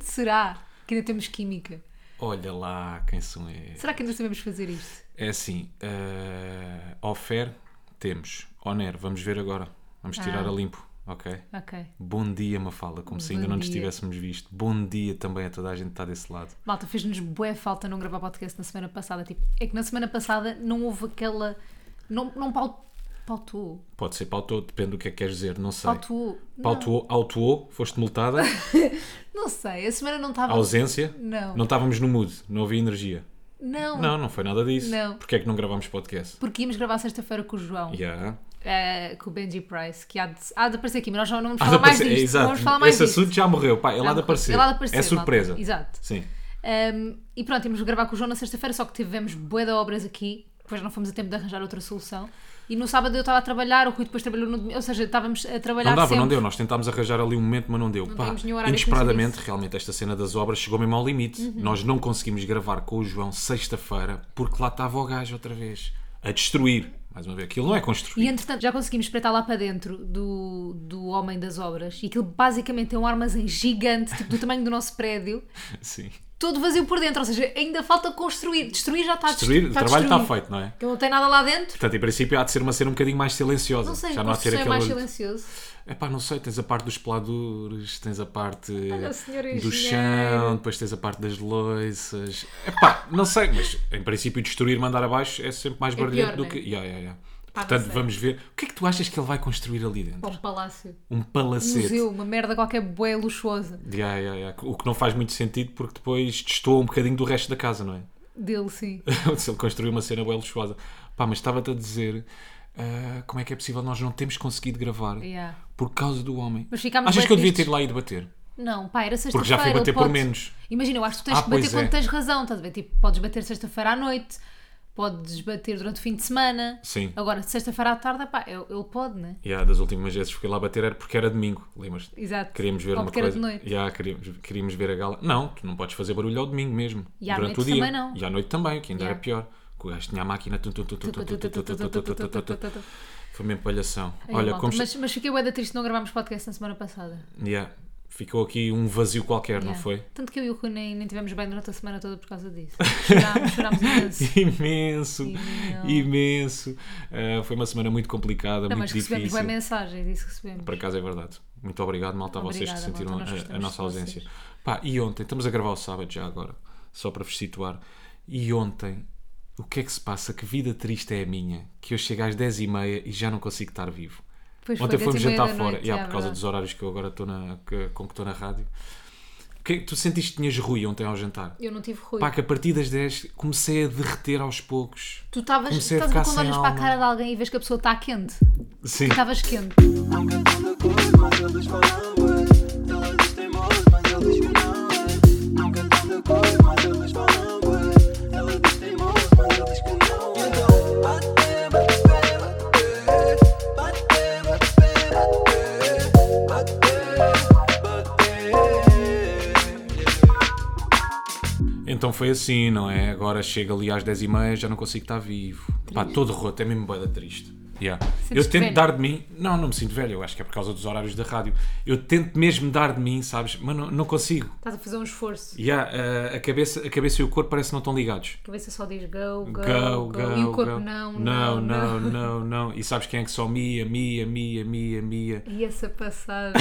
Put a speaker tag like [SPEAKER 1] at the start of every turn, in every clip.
[SPEAKER 1] Será que ainda temos química?
[SPEAKER 2] Olha lá quem são eles.
[SPEAKER 1] Será que ainda sabemos fazer isto?
[SPEAKER 2] É assim, eh, Ofer temos, Oner, vamos ver agora. Vamos tirar
[SPEAKER 1] Ah.
[SPEAKER 2] a limpo, ok?
[SPEAKER 1] Ok.
[SPEAKER 2] Bom dia, Mafalda, como se ainda
[SPEAKER 1] Bom
[SPEAKER 2] não nos
[SPEAKER 1] dia.
[SPEAKER 2] tivéssemos visto. Bom dia também a toda a gente que está desse lado.
[SPEAKER 1] Malta, fez-nos bué falta não gravar podcast na semana passada. Tipo, é que na semana passada não houve aquela. Não, não pau- pautou.
[SPEAKER 2] Pode ser pautou, depende do que é que queres dizer, não sei.
[SPEAKER 1] Pautou. Não,
[SPEAKER 2] Pautuou, autuou, foste multada,
[SPEAKER 1] não sei, a semana não estava.
[SPEAKER 2] ausência.
[SPEAKER 1] Não.
[SPEAKER 2] Não estávamos no mood, não havia energia.
[SPEAKER 1] Não.
[SPEAKER 2] Não, não foi nada disso.
[SPEAKER 1] Não.
[SPEAKER 2] Porquê é que não gravámos podcast?
[SPEAKER 1] Porque íamos gravar sexta-feira com o João,
[SPEAKER 2] Yeah.
[SPEAKER 1] eh, com o Benji Price, que há de, há de aparecer aqui, mas nós já não vamos
[SPEAKER 2] Há de
[SPEAKER 1] falar mais
[SPEAKER 2] aparecer-
[SPEAKER 1] disto.
[SPEAKER 2] é, exato.
[SPEAKER 1] Vamos falar mais
[SPEAKER 2] Esse
[SPEAKER 1] disto.
[SPEAKER 2] assunto já morreu. Pá, ele
[SPEAKER 1] Já
[SPEAKER 2] há de
[SPEAKER 1] morreu.
[SPEAKER 2] aparecer.
[SPEAKER 1] Ele há de aparecer,
[SPEAKER 2] É surpresa.
[SPEAKER 1] malta. Exato.
[SPEAKER 2] Sim.
[SPEAKER 1] Um, e pronto, temos de gravar com o João na sexta-feira, só que tivemos bué de obras aqui, depois não fomos a tempo de arranjar outra solução. E no sábado eu estava a trabalhar, o Rui depois trabalhou no domingo, ou seja, estávamos a trabalhar
[SPEAKER 2] Não dava,
[SPEAKER 1] sempre.
[SPEAKER 2] não deu. Nós tentámos arranjar ali um momento, mas não deu. Pá,
[SPEAKER 1] tínhamos nenhum horário
[SPEAKER 2] inesperadamente, realmente, esta cena das obras chegou mesmo ao limite.
[SPEAKER 1] Uhum.
[SPEAKER 2] Nós não conseguimos gravar com o João sexta-feira porque lá estava o gajo outra vez a destruir. Mais uma vez, aquilo não é construir.
[SPEAKER 1] E entretanto já conseguimos espreitar lá para dentro do, do Homem das Obras, e aquilo basicamente é um armazém gigante, tipo do tamanho do nosso prédio,
[SPEAKER 2] Sim.
[SPEAKER 1] todo vazio por dentro, ou seja, ainda falta construir. Destruir já está
[SPEAKER 2] Destruir, o
[SPEAKER 1] está
[SPEAKER 2] trabalho está
[SPEAKER 1] destruído.
[SPEAKER 2] feito, não é?
[SPEAKER 1] Que não tem nada lá dentro.
[SPEAKER 2] Portanto, em princípio, há de ser uma cena um bocadinho mais silenciosa.
[SPEAKER 1] Não sei,
[SPEAKER 2] Já
[SPEAKER 1] o
[SPEAKER 2] não há de ser
[SPEAKER 1] construção é mais
[SPEAKER 2] aquela.
[SPEAKER 1] silencioso.
[SPEAKER 2] Epá, não sei, tens a parte dos peladores, tens a parte
[SPEAKER 1] Olha, o senhor
[SPEAKER 2] do
[SPEAKER 1] engenheiro.
[SPEAKER 2] chão, depois tens a parte das loiças. Epá, não sei, mas em princípio destruir, mandar abaixo é sempre mais barulhento
[SPEAKER 1] pior,
[SPEAKER 2] do
[SPEAKER 1] né?
[SPEAKER 2] que. Ya, ya, ya.
[SPEAKER 1] Pá, não
[SPEAKER 2] Portanto,
[SPEAKER 1] sei.
[SPEAKER 2] vamos ver. O que é que tu achas que ele vai construir ali
[SPEAKER 1] Para
[SPEAKER 2] dentro?
[SPEAKER 1] um palácio.
[SPEAKER 2] Um
[SPEAKER 1] Um
[SPEAKER 2] palacete.
[SPEAKER 1] museu, uma merda qualquer bué luxuosa
[SPEAKER 2] Ya, ya, ya. O que não faz muito sentido porque depois destoa um bocadinho do resto da casa, não é?
[SPEAKER 1] dele, sim.
[SPEAKER 2] se ele construiu uma cena bem luxuosa. Pá, mas estava-te a dizer ah, como é que é possível nós não termos conseguido gravar
[SPEAKER 1] Yeah.
[SPEAKER 2] por causa do homem.
[SPEAKER 1] É. Mas ficámos
[SPEAKER 2] Achas
[SPEAKER 1] bué
[SPEAKER 2] que eu devia
[SPEAKER 1] tristes.
[SPEAKER 2] ter lá ido bater?
[SPEAKER 1] Não, pá, era sexta-feira.
[SPEAKER 2] Porque já fui bater por
[SPEAKER 1] podes-
[SPEAKER 2] menos.
[SPEAKER 1] Imagina, eu acho que tu tens
[SPEAKER 2] Ah,
[SPEAKER 1] que bater
[SPEAKER 2] pois
[SPEAKER 1] quando
[SPEAKER 2] é.
[SPEAKER 1] tens razão, estás a ver? Tipo, podes bater sexta-feira à noite, podes bater durante o fim de semana.
[SPEAKER 2] Sim.
[SPEAKER 1] Agora, sexta-feira à tarde, pá, ele, ele pode, né?
[SPEAKER 2] Yeah, das últimas vezes que fui lá bater era porque era domingo, lembras?
[SPEAKER 1] Exato.
[SPEAKER 2] Queríamos ver
[SPEAKER 1] Ou
[SPEAKER 2] uma
[SPEAKER 1] porque era
[SPEAKER 2] coisa.
[SPEAKER 1] de noite.
[SPEAKER 2] Yeah, queríamos, queríamos ver a gala. Não, tu não podes fazer barulho ao domingo mesmo.
[SPEAKER 1] E à
[SPEAKER 2] durante
[SPEAKER 1] noite
[SPEAKER 2] o dia.
[SPEAKER 1] também não.
[SPEAKER 2] E à noite também, que ainda
[SPEAKER 1] Yeah.
[SPEAKER 2] era pior. Que o gajo tinha a máquina. tum, tum, tum, tum, tum, tum, tum, tum, tum, tum, tum, tum, tum. Foi mesmo palhação.
[SPEAKER 1] Aí,
[SPEAKER 2] Olha,
[SPEAKER 1] malta,
[SPEAKER 2] como.
[SPEAKER 1] mas, mas fiquei bué da triste, não gravámos podcast na semana passada.
[SPEAKER 2] Yeah. Ficou aqui um vazio qualquer, não
[SPEAKER 1] Yeah.
[SPEAKER 2] foi?
[SPEAKER 1] Tanto que eu e o Rui nem, nem tivemos bem durante a semana toda por causa disso. Chorámos, chorámos imenso.
[SPEAKER 2] Imenso,
[SPEAKER 1] Imenso.
[SPEAKER 2] imenso. Ah, foi uma semana muito
[SPEAKER 1] Não,
[SPEAKER 2] complicada,
[SPEAKER 1] mas
[SPEAKER 2] muito
[SPEAKER 1] recebemos
[SPEAKER 2] difícil.
[SPEAKER 1] boa mensagem, disse que recebemos.
[SPEAKER 2] Por acaso é verdade. Muito obrigado, malta, a vocês que
[SPEAKER 1] Obrigada,
[SPEAKER 2] sentiram
[SPEAKER 1] malta, nós
[SPEAKER 2] a- a,
[SPEAKER 1] gostamos
[SPEAKER 2] nossa
[SPEAKER 1] de vocês.
[SPEAKER 2] ausência. Pá, e ontem, estamos a gravar o sábado já agora, só para vos situar. E ontem, o que é que se passa? Que vida triste é a minha, que eu chego às 10h30 e já não consigo estar vivo.
[SPEAKER 1] Pois foi,
[SPEAKER 2] ontem fomos
[SPEAKER 1] 10h30 da
[SPEAKER 2] jantar fora,
[SPEAKER 1] noite,
[SPEAKER 2] já,
[SPEAKER 1] é
[SPEAKER 2] por causa
[SPEAKER 1] verdade.
[SPEAKER 2] dos horários que eu agora estou na, que- com que estou na rádio. O que é que tu sentiste que tinhas Rui ontem ao jantar?
[SPEAKER 1] Eu não tive Rui.
[SPEAKER 2] Pá, que a partir das 10 comecei a derreter aos poucos.
[SPEAKER 1] Tu estavas
[SPEAKER 2] Comecei a
[SPEAKER 1] estás a ver
[SPEAKER 2] ficar
[SPEAKER 1] quando olhas
[SPEAKER 2] sem
[SPEAKER 1] para a
[SPEAKER 2] alma.
[SPEAKER 1] cara de alguém e vês que a pessoa está quente.
[SPEAKER 2] Sim.
[SPEAKER 1] Estavas quente.
[SPEAKER 3] Nunca tanta coisa, mas eles falam bué. Ela diz teimoso, mas eles que não é. Nunca tanta coisa, mas eles falam bué. Ela diz teimoso, mas eles que não é. Então, bate, bate, bate, bate, bate, bate, bate, bate.
[SPEAKER 2] Então foi assim, não é? Agora chego ali às 10h30, já não consigo estar vivo. Pá, todo roto, é mesmo boeda triste. Yeah. Eu
[SPEAKER 1] Sentes-te
[SPEAKER 2] tento
[SPEAKER 1] velho?
[SPEAKER 2] dar de mim, não, não me sinto velho, eu acho que é por causa dos horários da rádio. Eu tento mesmo dar de mim, sabes? Mas não, não consigo.
[SPEAKER 1] Estás a fazer um esforço.
[SPEAKER 2] Yeah, eh, a, cabeça, a cabeça e o corpo parecem que não estão ligados.
[SPEAKER 1] A cabeça só diz go, go,
[SPEAKER 2] Go,
[SPEAKER 1] go.
[SPEAKER 2] go,
[SPEAKER 1] e o corpo
[SPEAKER 2] go.
[SPEAKER 1] não,
[SPEAKER 2] não, não, não, não. E sabes quem é que só mia, mia, mia, mia, mia.
[SPEAKER 1] E essa passada.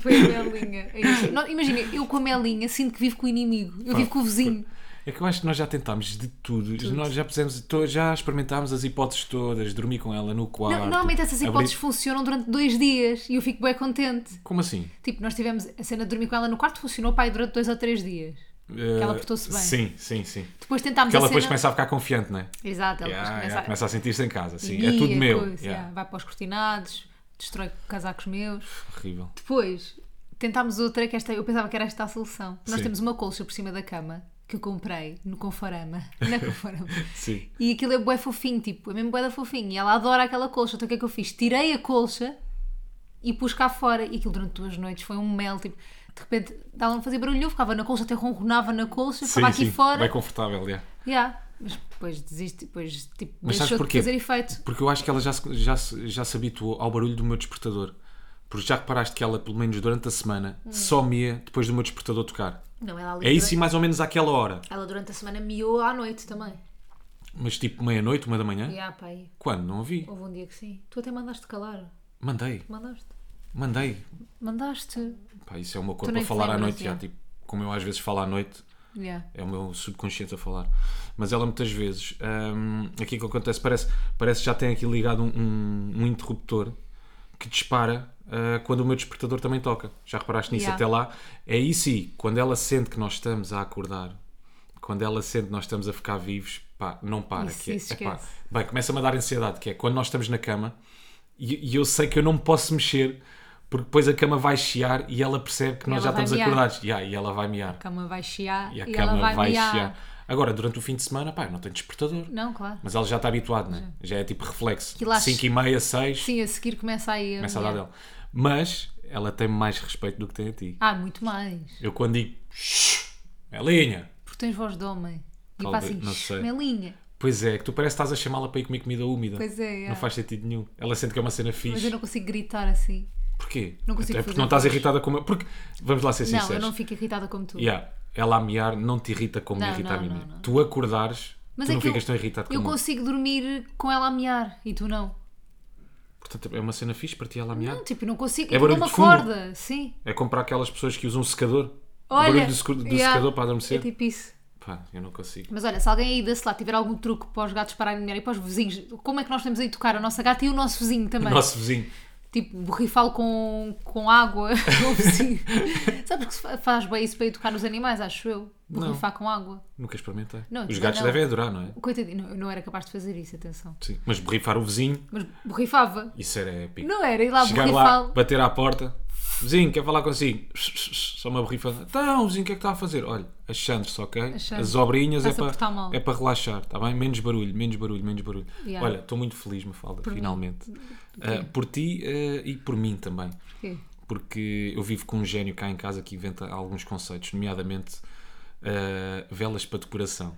[SPEAKER 1] Foi a Melinha. É isto. Não, Imagina, eu com a Melinha sinto que vivo com o inimigo. Eu vivo com o vizinho.
[SPEAKER 2] É que eu acho que nós já tentámos de tudo. Nós já pusemos, to- já experimentámos as hipóteses todas, dormi com ela no quarto.
[SPEAKER 1] Não, normalmente essas
[SPEAKER 2] abri-
[SPEAKER 1] hipóteses funcionam durante dois dias e eu fico bem contente.
[SPEAKER 2] Como assim?
[SPEAKER 1] Tipo, nós tivemos a cena de dormir com ela no quarto, funcionou pai durante dois ou três dias.
[SPEAKER 2] Que
[SPEAKER 1] ela portou-se bem.
[SPEAKER 2] Eh, Sim, sim, sim.
[SPEAKER 1] Depois tentámos
[SPEAKER 2] Porque ela
[SPEAKER 1] a cena.
[SPEAKER 2] depois começa a ficar confiante, não é?
[SPEAKER 1] Exato, ela
[SPEAKER 2] Yeah,
[SPEAKER 1] depois
[SPEAKER 2] yeah,
[SPEAKER 1] começa
[SPEAKER 2] começa a sentir-se em casa,
[SPEAKER 1] a.
[SPEAKER 2] sim.
[SPEAKER 1] Ih,
[SPEAKER 2] é tudo
[SPEAKER 1] a
[SPEAKER 2] meu.
[SPEAKER 1] coisa,
[SPEAKER 2] Yeah.
[SPEAKER 1] yeah, Vai para os cortinados, destrói casacos meus.
[SPEAKER 2] Horrível.
[SPEAKER 1] Depois tentámos outra que esta, eu pensava que era esta a solução. Nós
[SPEAKER 2] Sim.
[SPEAKER 1] temos uma colcha por cima da cama que eu comprei no Conforama. Na Conforama.
[SPEAKER 2] Sim.
[SPEAKER 1] e aquilo é bué fofinho, tipo, é mesmo bué da fofinho. E ela adora aquela colcha. Então o que é que eu fiz? Tirei a colcha e pus cá fora. E aquilo durante duas noites foi um mel, tipo, de repente ela não fazia barulho, eu ficava na colcha, até ronronava na colcha, ficava aqui fora.
[SPEAKER 2] Bem confortável, yeah.
[SPEAKER 1] Yeah. Mas depois desiste, depois tipo,
[SPEAKER 2] Mas sabes
[SPEAKER 1] deixou de
[SPEAKER 2] porquê?
[SPEAKER 1] fazer efeito.
[SPEAKER 2] Porque eu acho que ela já se, já, se, já se habituou ao barulho do meu despertador. Porque já reparaste que ela, pelo menos durante a semana, só mia depois do meu despertador tocar.
[SPEAKER 1] Não, ela ali
[SPEAKER 2] É isso e
[SPEAKER 1] Hum. durante-
[SPEAKER 2] mais ou menos àquela hora.
[SPEAKER 1] Ela durante a semana miou à noite também.
[SPEAKER 2] Mas tipo meia-noite, uma da manhã?
[SPEAKER 1] E ah, pá, aí.
[SPEAKER 2] Quando? Não ouvi.
[SPEAKER 1] Houve um dia que sim. Tu até mandaste calar.
[SPEAKER 2] Mandei,
[SPEAKER 1] Mandaste.
[SPEAKER 2] mandei.
[SPEAKER 1] Mandaste.
[SPEAKER 2] Pá, isso é o meu
[SPEAKER 1] Tu
[SPEAKER 2] corpo
[SPEAKER 1] nem
[SPEAKER 2] a
[SPEAKER 1] te
[SPEAKER 2] falar à
[SPEAKER 1] lembras,
[SPEAKER 2] noite já.
[SPEAKER 1] já.
[SPEAKER 2] Tipo, como eu às vezes falo à noite,
[SPEAKER 1] Yeah.
[SPEAKER 2] é o meu subconsciente a falar. Mas ela muitas vezes, hum, aqui que acontece, parece, parece que já tem aqui ligado um, um- um interruptor que dispara ah, quando o meu despertador também toca. Já reparaste nisso
[SPEAKER 1] Yeah.
[SPEAKER 2] até lá? É isso aí, quando ela sente que nós estamos a acordar, quando ela sente que nós estamos a ficar vivos, pá, não para.
[SPEAKER 1] Isso,
[SPEAKER 2] que é-
[SPEAKER 1] isso
[SPEAKER 2] é pá.
[SPEAKER 1] esquece.
[SPEAKER 2] Bem, começa-me a dar ansiedade, que é quando nós estamos na cama e, e eu sei que eu não me posso mexer porque depois a cama vai chiar e ela percebe que nós
[SPEAKER 1] ela
[SPEAKER 2] já
[SPEAKER 1] vai
[SPEAKER 2] estamos
[SPEAKER 1] miar.
[SPEAKER 2] acordados. Yeah, e ela vai miar.
[SPEAKER 1] A cama vai chiar
[SPEAKER 2] E
[SPEAKER 1] e,
[SPEAKER 2] a
[SPEAKER 1] ela
[SPEAKER 2] cama
[SPEAKER 1] vai,
[SPEAKER 2] vai,
[SPEAKER 1] miar.
[SPEAKER 2] chiar. Agora, durante o fim de semana, pá, não tem despertador.
[SPEAKER 1] Não, claro.
[SPEAKER 2] Mas ela já está habituada, né? Já é tipo reflexo.
[SPEAKER 1] Que lá-
[SPEAKER 2] 5 e meia, 6,
[SPEAKER 1] Sim, a seguir começa aí a.
[SPEAKER 2] começa a dar
[SPEAKER 1] miar.
[SPEAKER 2] dela. Mas ela tem mais respeito do que tem a ti.
[SPEAKER 1] Ah, muito mais.
[SPEAKER 2] Eu quando digo, "Shh, Melinha,
[SPEAKER 1] Porque tens voz de homem. E
[SPEAKER 2] Talvez,
[SPEAKER 1] passa assim,
[SPEAKER 2] não sei.
[SPEAKER 1] melinha.
[SPEAKER 2] pois é, que tu parece que estás a chamá-la para ir comer comida úmida.
[SPEAKER 1] Pois é, é.
[SPEAKER 2] Não faz sentido nenhum. Ela sente que é uma cena
[SPEAKER 1] Mas
[SPEAKER 2] fixe.
[SPEAKER 1] eu não consigo gritar assim.
[SPEAKER 2] Porquê?
[SPEAKER 1] não consigo
[SPEAKER 2] Até porque
[SPEAKER 1] fazer
[SPEAKER 2] não estás
[SPEAKER 1] voz.
[SPEAKER 2] irritada como eu. Porque, vamos lá ser
[SPEAKER 1] não,
[SPEAKER 2] sinceros.
[SPEAKER 1] eu não fico irritada como tu.
[SPEAKER 2] Yeah, ela a miar não te irrita como me
[SPEAKER 1] Não,
[SPEAKER 2] irrita a
[SPEAKER 1] não,
[SPEAKER 2] mim.
[SPEAKER 1] não,
[SPEAKER 2] né?
[SPEAKER 1] não. é
[SPEAKER 2] Tu acordares, tu não
[SPEAKER 1] que
[SPEAKER 2] ficas tão irritado
[SPEAKER 1] eu
[SPEAKER 2] como eu.
[SPEAKER 1] consigo dormir com ela a miar e tu não.
[SPEAKER 2] Portanto, é uma cena fixe para ti ela a miar.
[SPEAKER 1] Não, tipo, não consigo.
[SPEAKER 2] É
[SPEAKER 1] eu dou
[SPEAKER 2] barulho
[SPEAKER 1] uma
[SPEAKER 2] de fundo.
[SPEAKER 1] corda, sim.
[SPEAKER 2] É como para aquelas pessoas que usam um secador.
[SPEAKER 1] Olha,
[SPEAKER 2] o barulho do, secu- do
[SPEAKER 1] yeah.
[SPEAKER 2] secador para
[SPEAKER 1] É
[SPEAKER 2] adormecer.
[SPEAKER 1] tipo isso.
[SPEAKER 2] Pá, eu não consigo.
[SPEAKER 1] Mas olha, se alguém aí desse lado tiver algum truque para os gatos pararem de miar e para os vizinhos, como é que nós temos aí de tocar a nossa gata e o nosso vizinho também?
[SPEAKER 2] Nosso vizinho.
[SPEAKER 1] Tipo, borrifá-lo com, com água ao vizinho. Sabes que se fa- faz bem isso para educar os animais, acho eu. Borrifar com água.
[SPEAKER 2] Nunca experimentei.
[SPEAKER 1] Não,
[SPEAKER 2] Os
[SPEAKER 1] também
[SPEAKER 2] gatos
[SPEAKER 1] não.
[SPEAKER 2] devem adorar, não é?
[SPEAKER 1] Coitadinho, não, eu não era capaz de fazer isso, atenção.
[SPEAKER 2] Sim. Mas borrifar o vizinho,
[SPEAKER 1] Mas borrifava.
[SPEAKER 2] isso era épico.
[SPEAKER 1] Não era ir lá
[SPEAKER 2] Chegar
[SPEAKER 1] borrifá-lo.
[SPEAKER 2] lá, bater à porta. Vizinho, quer falar consigo? Só uma borrifada. Então, vizinho, o que é que está a fazer? Olha, as chantres, ok?
[SPEAKER 1] chantres.
[SPEAKER 2] As obrinhas é
[SPEAKER 1] Está-se a portar mal.
[SPEAKER 2] para, é para relaxar, está bem? Menos barulho, menos barulho, menos barulho.
[SPEAKER 1] Yeah.
[SPEAKER 2] Olha, estou muito feliz, Mafalda, finalmente. Ah, por ti ah, e por mim também.
[SPEAKER 1] Porquê?
[SPEAKER 2] porque eu vivo com um gênio cá em casa que inventa alguns conceitos, nomeadamente ah, velas para decoração.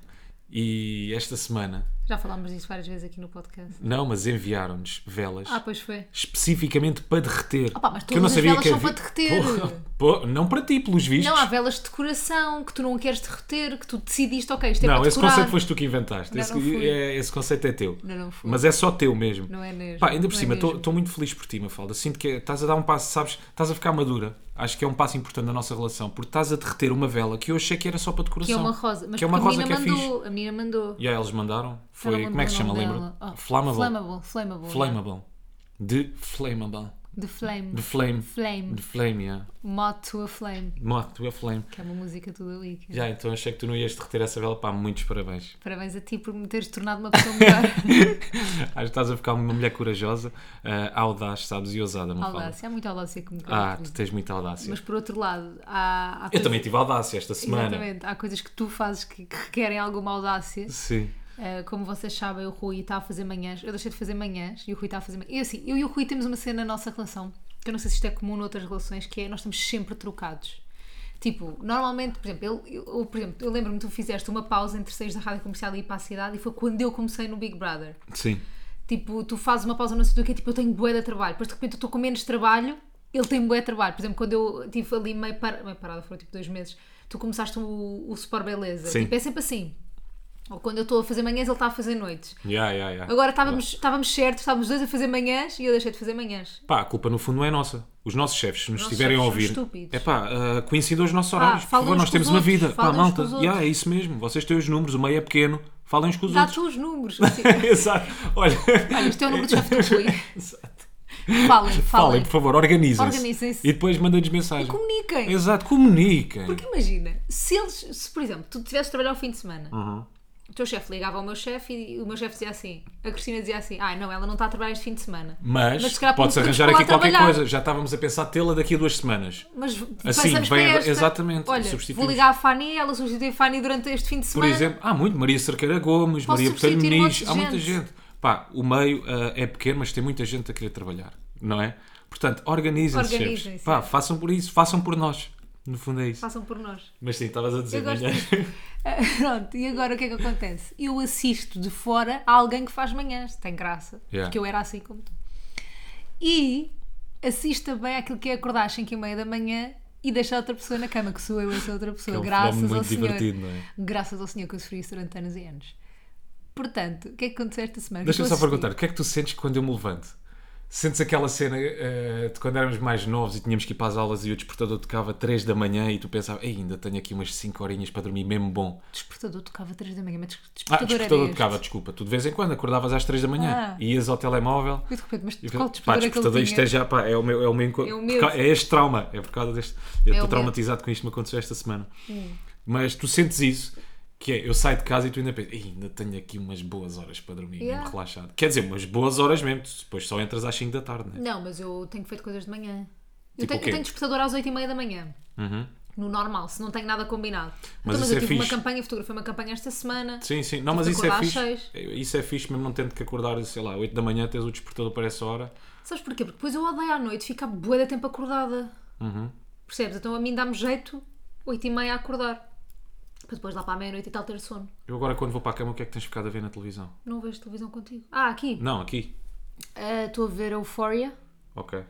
[SPEAKER 2] E esta semana,
[SPEAKER 1] Já falámos disso várias vezes aqui no podcast.
[SPEAKER 2] não, mas enviaram-nos velas
[SPEAKER 1] Ah, pois foi.
[SPEAKER 2] especificamente para derreter.
[SPEAKER 1] Opa, mas
[SPEAKER 2] que eu não
[SPEAKER 1] todas as
[SPEAKER 2] sabia
[SPEAKER 1] velas
[SPEAKER 2] que
[SPEAKER 1] são
[SPEAKER 2] havia-
[SPEAKER 1] para derreter.
[SPEAKER 2] Porra, pô, não para ti, pelos vistos.
[SPEAKER 1] Não, há velas de decoração que tu não queres derreter, que tu decidiste, ok, isto é
[SPEAKER 2] Não,
[SPEAKER 1] para
[SPEAKER 2] esse
[SPEAKER 1] decorar.
[SPEAKER 2] conceito foste tu que inventaste.
[SPEAKER 1] Não,
[SPEAKER 2] esse,
[SPEAKER 1] não fui.
[SPEAKER 2] é- esse conceito é teu.
[SPEAKER 1] Não, não fui.
[SPEAKER 2] Mas é só teu mesmo.
[SPEAKER 1] Não é mesmo.
[SPEAKER 2] Pá, ainda por
[SPEAKER 1] Não é
[SPEAKER 2] cima,
[SPEAKER 1] mesmo.
[SPEAKER 2] estou muito feliz por ti, Mafalda. Sinto que estás a dar um passo, sabes? Estás a ficar madura. Acho que é um passo importante na nossa relação, porque estás a derreter uma vela que eu achei que era só para
[SPEAKER 1] Que
[SPEAKER 2] decoração.
[SPEAKER 1] é uma rosa. Mas
[SPEAKER 2] que é uma
[SPEAKER 1] porque
[SPEAKER 2] rosa
[SPEAKER 1] a
[SPEAKER 2] que é
[SPEAKER 1] menina
[SPEAKER 2] fixe.
[SPEAKER 1] mandou. A menina mandou.
[SPEAKER 2] E aí eles mandaram.
[SPEAKER 1] Já
[SPEAKER 2] Foi,
[SPEAKER 1] não
[SPEAKER 2] como é que se chama,
[SPEAKER 1] lembro o nome
[SPEAKER 2] lembra?
[SPEAKER 1] dela. Oh,
[SPEAKER 2] Flammable.
[SPEAKER 1] Flammable, flammable.
[SPEAKER 2] Flammable. De Flammable.
[SPEAKER 1] The Flame.
[SPEAKER 2] De Flame.
[SPEAKER 1] Flame.
[SPEAKER 2] De Flame, yeah.
[SPEAKER 1] Mod to a Flame.
[SPEAKER 2] Moto, tu é Flame.
[SPEAKER 1] Que é uma música toda Weeknd.
[SPEAKER 2] Já, então achei que tu não ias derreter essa vela. Pá, muitos parabéns.
[SPEAKER 1] Parabéns a ti por me teres tornado uma pessoa melhor.
[SPEAKER 2] Acho que estás a ficar uma mulher corajosa, ah, audaz, sabes? E ousada, Mafalda.
[SPEAKER 1] audácia. Há muita audácia que me
[SPEAKER 2] Ah,
[SPEAKER 1] caracteriza.
[SPEAKER 2] tu tens muita audácia.
[SPEAKER 1] Mas por outro lado, há, há
[SPEAKER 2] Eu
[SPEAKER 1] coisas-
[SPEAKER 2] também tive audácia esta semana.
[SPEAKER 1] Exatamente. Há coisas que tu fazes que, que requerem alguma audácia.
[SPEAKER 2] Sim.
[SPEAKER 1] Uh, como vocês sabem, o Rui está a fazer manhãs. Eu deixei de fazer manhãs e o Rui está a fazer manhãs. Eu, assim, eu e o Rui temos uma cena na nossa relação, que eu não sei se isto é comum noutras relações, que é nós estamos sempre trocados. Tipo, normalmente, por exemplo, eu, eu, eu, por exemplo, eu lembro-me que tu fizeste uma pausa entre seis da rádio comercial e ir para a cidade e foi quando eu comecei no Big Brother.
[SPEAKER 2] Sim.
[SPEAKER 1] Tipo, tu fazes uma pausa não sei do quê, tipo, eu tenho bué de trabalho. Depois, de repente, eu estou com menos trabalho, ele tem bué de trabalho. Por exemplo, quando eu tive ali meio, par... meio parada, foram tipo dois meses, tu começaste o, o Super Beleza.
[SPEAKER 2] Sim.
[SPEAKER 1] Tipo, é sempre assim. Ou quando eu estou a fazer manhãs, ele está a fazer noites.
[SPEAKER 2] Yeah, yeah, yeah.
[SPEAKER 1] Agora estávamos, estávamos certos, estávamos dois a fazer manhãs e eu deixei de fazer manhãs.
[SPEAKER 2] Pá, a culpa no fundo não é nossa. Os nossos chefes, se nos
[SPEAKER 1] Nossos
[SPEAKER 2] estiverem a
[SPEAKER 1] chefes
[SPEAKER 2] ouvir.
[SPEAKER 1] são estúpidos.
[SPEAKER 2] É pá, ah, coincidam os nossos horários. Por
[SPEAKER 1] falem
[SPEAKER 2] favor,
[SPEAKER 1] uns
[SPEAKER 2] nós
[SPEAKER 1] com os
[SPEAKER 2] temos uma
[SPEAKER 1] outros,
[SPEAKER 2] vida. Pá,
[SPEAKER 1] falem uns com
[SPEAKER 2] malta.
[SPEAKER 1] os outros.
[SPEAKER 2] Yeah, é isso mesmo. Vocês têm os números, o meio é pequeno. Falem uns com os
[SPEAKER 1] Dá-te
[SPEAKER 2] outros.
[SPEAKER 1] os números. Assim,
[SPEAKER 2] Exato. Olha.
[SPEAKER 1] olha, isto é o número de chefe do Rui.
[SPEAKER 2] Exato.
[SPEAKER 1] Falem,
[SPEAKER 2] Falem,
[SPEAKER 1] falem.
[SPEAKER 2] por favor, organizem-se.
[SPEAKER 1] Organizem-se.
[SPEAKER 2] E depois mandem-nos mensagem.
[SPEAKER 1] Comuniquem.
[SPEAKER 2] Exato, comuniquem.
[SPEAKER 1] Porque imagina, se eles, se por exemplo, tu tivesses de trabalhar ao fim de semana,
[SPEAKER 2] Uhum.
[SPEAKER 1] o teu chefe ligava ao meu chefe e o meu chefe dizia assim, a Cristina dizia assim, ah não, ela não está a trabalhar este fim de semana.
[SPEAKER 2] Mas,
[SPEAKER 1] Mas se calhar
[SPEAKER 2] podes
[SPEAKER 1] podemos
[SPEAKER 2] arranjar aqui
[SPEAKER 1] falar
[SPEAKER 2] qualquer
[SPEAKER 1] trabalhar.
[SPEAKER 2] coisa. Já estávamos a pensar tê-la daqui a duas semanas.
[SPEAKER 1] Mas tipo,
[SPEAKER 2] Assim,
[SPEAKER 1] passamos
[SPEAKER 2] vem
[SPEAKER 1] para
[SPEAKER 2] agora-
[SPEAKER 1] é esta.
[SPEAKER 2] exatamente,
[SPEAKER 1] Olha, vou
[SPEAKER 2] substituímos.
[SPEAKER 1] ligar à Fanny, ela substitui a Fanny durante este fim de
[SPEAKER 2] Por
[SPEAKER 1] semana.
[SPEAKER 2] exemplo, há muito. Maria Cerqueira Gomes,
[SPEAKER 1] Posso
[SPEAKER 2] Maria Botelho
[SPEAKER 1] substituir um
[SPEAKER 2] Muniz,
[SPEAKER 1] monte de
[SPEAKER 2] há muita
[SPEAKER 1] gente.
[SPEAKER 2] gente. Pá, o meio ah, é pequeno, mas tem muita gente a querer trabalhar, não é? Portanto, organizem-se,
[SPEAKER 1] Organizem-se. é.
[SPEAKER 2] chefes. Pá, façam por isso, façam por nós. No fundo é isso.
[SPEAKER 1] Façam por nós.
[SPEAKER 2] Mas sim, estavas a dizer
[SPEAKER 1] Eu gosto
[SPEAKER 2] manhã.
[SPEAKER 1] Ah, Pronto, e agora o que é que acontece? Eu assisto de fora a alguém que faz manhãs, tem graça,
[SPEAKER 2] Yeah.
[SPEAKER 1] porque eu era assim como tu. E assista bem àquilo que é acordar às 5 e meia da manhã e deixar outra pessoa na cama, que sou eu essa outra pessoa.
[SPEAKER 2] É um
[SPEAKER 1] graças
[SPEAKER 2] fenómeno
[SPEAKER 1] ao
[SPEAKER 2] muito
[SPEAKER 1] Senhor.
[SPEAKER 2] divertido, não é?
[SPEAKER 1] Graças ao Senhor que eu sofri isso durante anos e anos. Portanto, o que é que aconteceu esta semana?
[SPEAKER 2] Deixa-me
[SPEAKER 1] Eu
[SPEAKER 2] só
[SPEAKER 1] assisti-
[SPEAKER 2] perguntar, o que é que tu sentes quando eu me levanto? Sentes aquela cena eh, de quando éramos mais novos e tínhamos que ir para as aulas e o despertador tocava 3 da manhã e tu pensavas, "Ei, ainda tenho aqui umas 5 horinhas para dormir mesmo bom.
[SPEAKER 1] O despertador tocava 3 da manhã, mas des-
[SPEAKER 2] Ah,
[SPEAKER 1] despertador,
[SPEAKER 2] despertador
[SPEAKER 1] era este.
[SPEAKER 2] tocava, desculpa. Tu de vez em quando acordavas às 3 da manhã
[SPEAKER 1] Ah.
[SPEAKER 2] e ias ao telemóvel
[SPEAKER 1] E de repente, mas
[SPEAKER 2] e
[SPEAKER 1] qual
[SPEAKER 2] pensavas, pá,
[SPEAKER 1] despertador é que
[SPEAKER 2] despertador,
[SPEAKER 1] ele
[SPEAKER 2] isto é
[SPEAKER 1] tinha?
[SPEAKER 2] já, pá, é o meu, é o meu enco-
[SPEAKER 1] É o
[SPEAKER 2] por
[SPEAKER 1] meu.
[SPEAKER 2] ca- é este trauma, é por causa deste.
[SPEAKER 1] É
[SPEAKER 2] Eu
[SPEAKER 1] o
[SPEAKER 2] estou
[SPEAKER 1] meu. Hum.
[SPEAKER 2] traumatizado com isto que me aconteceu esta semana. Mas tu sentes isso, que é, eu saio de casa e tu ainda pensas, "Ei, ainda tenho aqui umas boas horas para dormir, mesmo
[SPEAKER 1] Yeah.
[SPEAKER 2] relaxado. Quer dizer, umas boas horas mesmo, tu depois só entras às 5 da tarde, né?
[SPEAKER 1] Não, mas eu tenho feito coisas de manhã.
[SPEAKER 2] Tipo
[SPEAKER 1] eu, tenho,
[SPEAKER 2] o quê? Uhum.
[SPEAKER 1] eu tenho despertador às 8 e meia da manhã. No normal, se não tenho nada combinado.
[SPEAKER 2] Mas
[SPEAKER 1] Então, mas
[SPEAKER 2] isso
[SPEAKER 1] eu
[SPEAKER 2] é
[SPEAKER 1] tive uma
[SPEAKER 2] fixe.
[SPEAKER 1] campanha, fotografei uma campanha esta semana.
[SPEAKER 2] Sim, sim, não,
[SPEAKER 1] Tive
[SPEAKER 2] mas
[SPEAKER 1] que
[SPEAKER 2] isso é
[SPEAKER 1] acordar às
[SPEAKER 2] fixe. Isso é fixe mesmo, não tendo que acordar, sei lá, 8 da manhã, tens o despertador para essa hora.
[SPEAKER 1] Sabes porquê? Porque depois eu odeio à noite ficar bué de tempo acordada.
[SPEAKER 2] Uhum.
[SPEAKER 1] Percebes? Então a mim dá-me jeito 8 e meia a acordar. Para depois lá para a meia-noite e tal ter sono.
[SPEAKER 2] Eu agora, quando vou para a cama, o que é que tens ficado a ver na televisão?
[SPEAKER 1] Não vejo televisão contigo. Ah, aqui.
[SPEAKER 2] Não, aqui.
[SPEAKER 1] Ah, Estou a ver Euphoria.
[SPEAKER 2] Ok.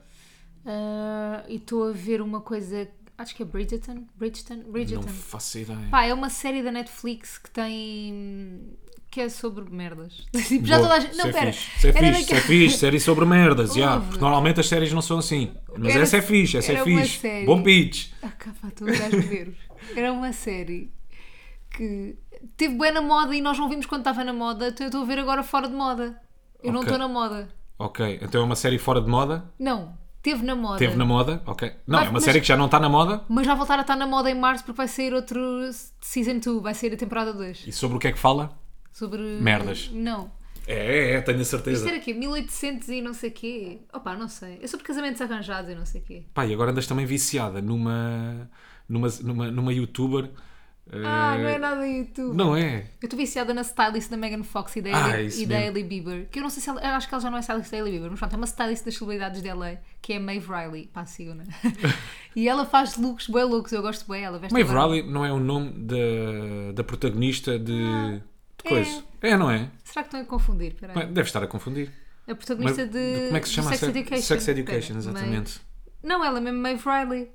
[SPEAKER 1] ah, e estou a ver uma coisa. Acho que é Bridgerton. Bridgerton?
[SPEAKER 2] Não
[SPEAKER 1] Bridgerton.
[SPEAKER 2] faço ideia.
[SPEAKER 1] Pá, é uma série da Netflix que tem. que é sobre merdas. Tipo, já
[SPEAKER 2] Boa,
[SPEAKER 1] toda a gente. Não,
[SPEAKER 2] isso é
[SPEAKER 1] pera.
[SPEAKER 2] fixe, Isso é
[SPEAKER 1] Era
[SPEAKER 2] fixe, isso é
[SPEAKER 1] daquela-
[SPEAKER 2] fixe, série sobre merdas, já.
[SPEAKER 1] Houve.
[SPEAKER 2] Porque normalmente as séries não são assim. Mas
[SPEAKER 1] Era-
[SPEAKER 2] essa é fixe, essa é
[SPEAKER 1] era uma
[SPEAKER 2] fixe.
[SPEAKER 1] série.
[SPEAKER 2] Bom pitch.
[SPEAKER 1] Ah, cá, pá, estou a dar nervos. Era uma série que teve bem na moda e nós não vimos quando estava na moda, então eu estou a ver agora fora de moda. Eu não
[SPEAKER 2] Ok.
[SPEAKER 1] estou na moda.
[SPEAKER 2] Ok, então é uma série fora de moda.
[SPEAKER 1] Não, teve na moda.
[SPEAKER 2] Teve na moda, ok. Não,
[SPEAKER 1] É. Mas-
[SPEAKER 2] é uma
[SPEAKER 1] mas-
[SPEAKER 2] série que já não está na moda.
[SPEAKER 1] Mas vai voltar a estar na moda em março porque vai sair outro Season 2, vai sair a temporada 2.
[SPEAKER 2] E sobre o que é que fala?
[SPEAKER 1] Sobre.
[SPEAKER 2] Merdas.
[SPEAKER 1] Não.
[SPEAKER 2] É, é, é tenho a
[SPEAKER 1] Isto
[SPEAKER 2] certeza.
[SPEAKER 1] era aqui, 1800 e não sei quê. Opa, não sei. É sobre casamentos arranjados e não sei quê.
[SPEAKER 2] Pá, e agora andas também viciada numa. numa, numa, numa youtuber.
[SPEAKER 1] Ah,
[SPEAKER 2] eh,
[SPEAKER 1] não é nada YouTube.
[SPEAKER 2] Não é.
[SPEAKER 1] Eu estou viciada na stylist da Megan Fox e da,
[SPEAKER 2] Ah,
[SPEAKER 1] Hailey-
[SPEAKER 2] isso
[SPEAKER 1] e da
[SPEAKER 2] mesmo.
[SPEAKER 1] Hailey Bieber. Que eu não sei se ela, eu acho que ela já não é stylist da Hailey Bieber, mas pronto, é uma stylist das celebridades de LA, que é a Maeve Riley. Pá, sigam, né? e ela faz looks, bué looks, eu gosto bem ela. veste
[SPEAKER 2] Maeve
[SPEAKER 1] agora-
[SPEAKER 2] Riley não é o nome da, da protagonista de.
[SPEAKER 1] Ah,
[SPEAKER 2] de coisa. É. não é?
[SPEAKER 1] Será que estão a confundir? Peraí.
[SPEAKER 2] Bem, Deve estar a confundir.
[SPEAKER 1] a protagonista
[SPEAKER 2] Mas-
[SPEAKER 1] de,
[SPEAKER 2] Como é que se
[SPEAKER 1] do
[SPEAKER 2] chama a
[SPEAKER 1] Sex
[SPEAKER 2] série?
[SPEAKER 1] Education.
[SPEAKER 2] Sex Education,
[SPEAKER 1] Espera,
[SPEAKER 2] exatamente.
[SPEAKER 1] Maeve- Não, ela é mesmo, Maeve Riley.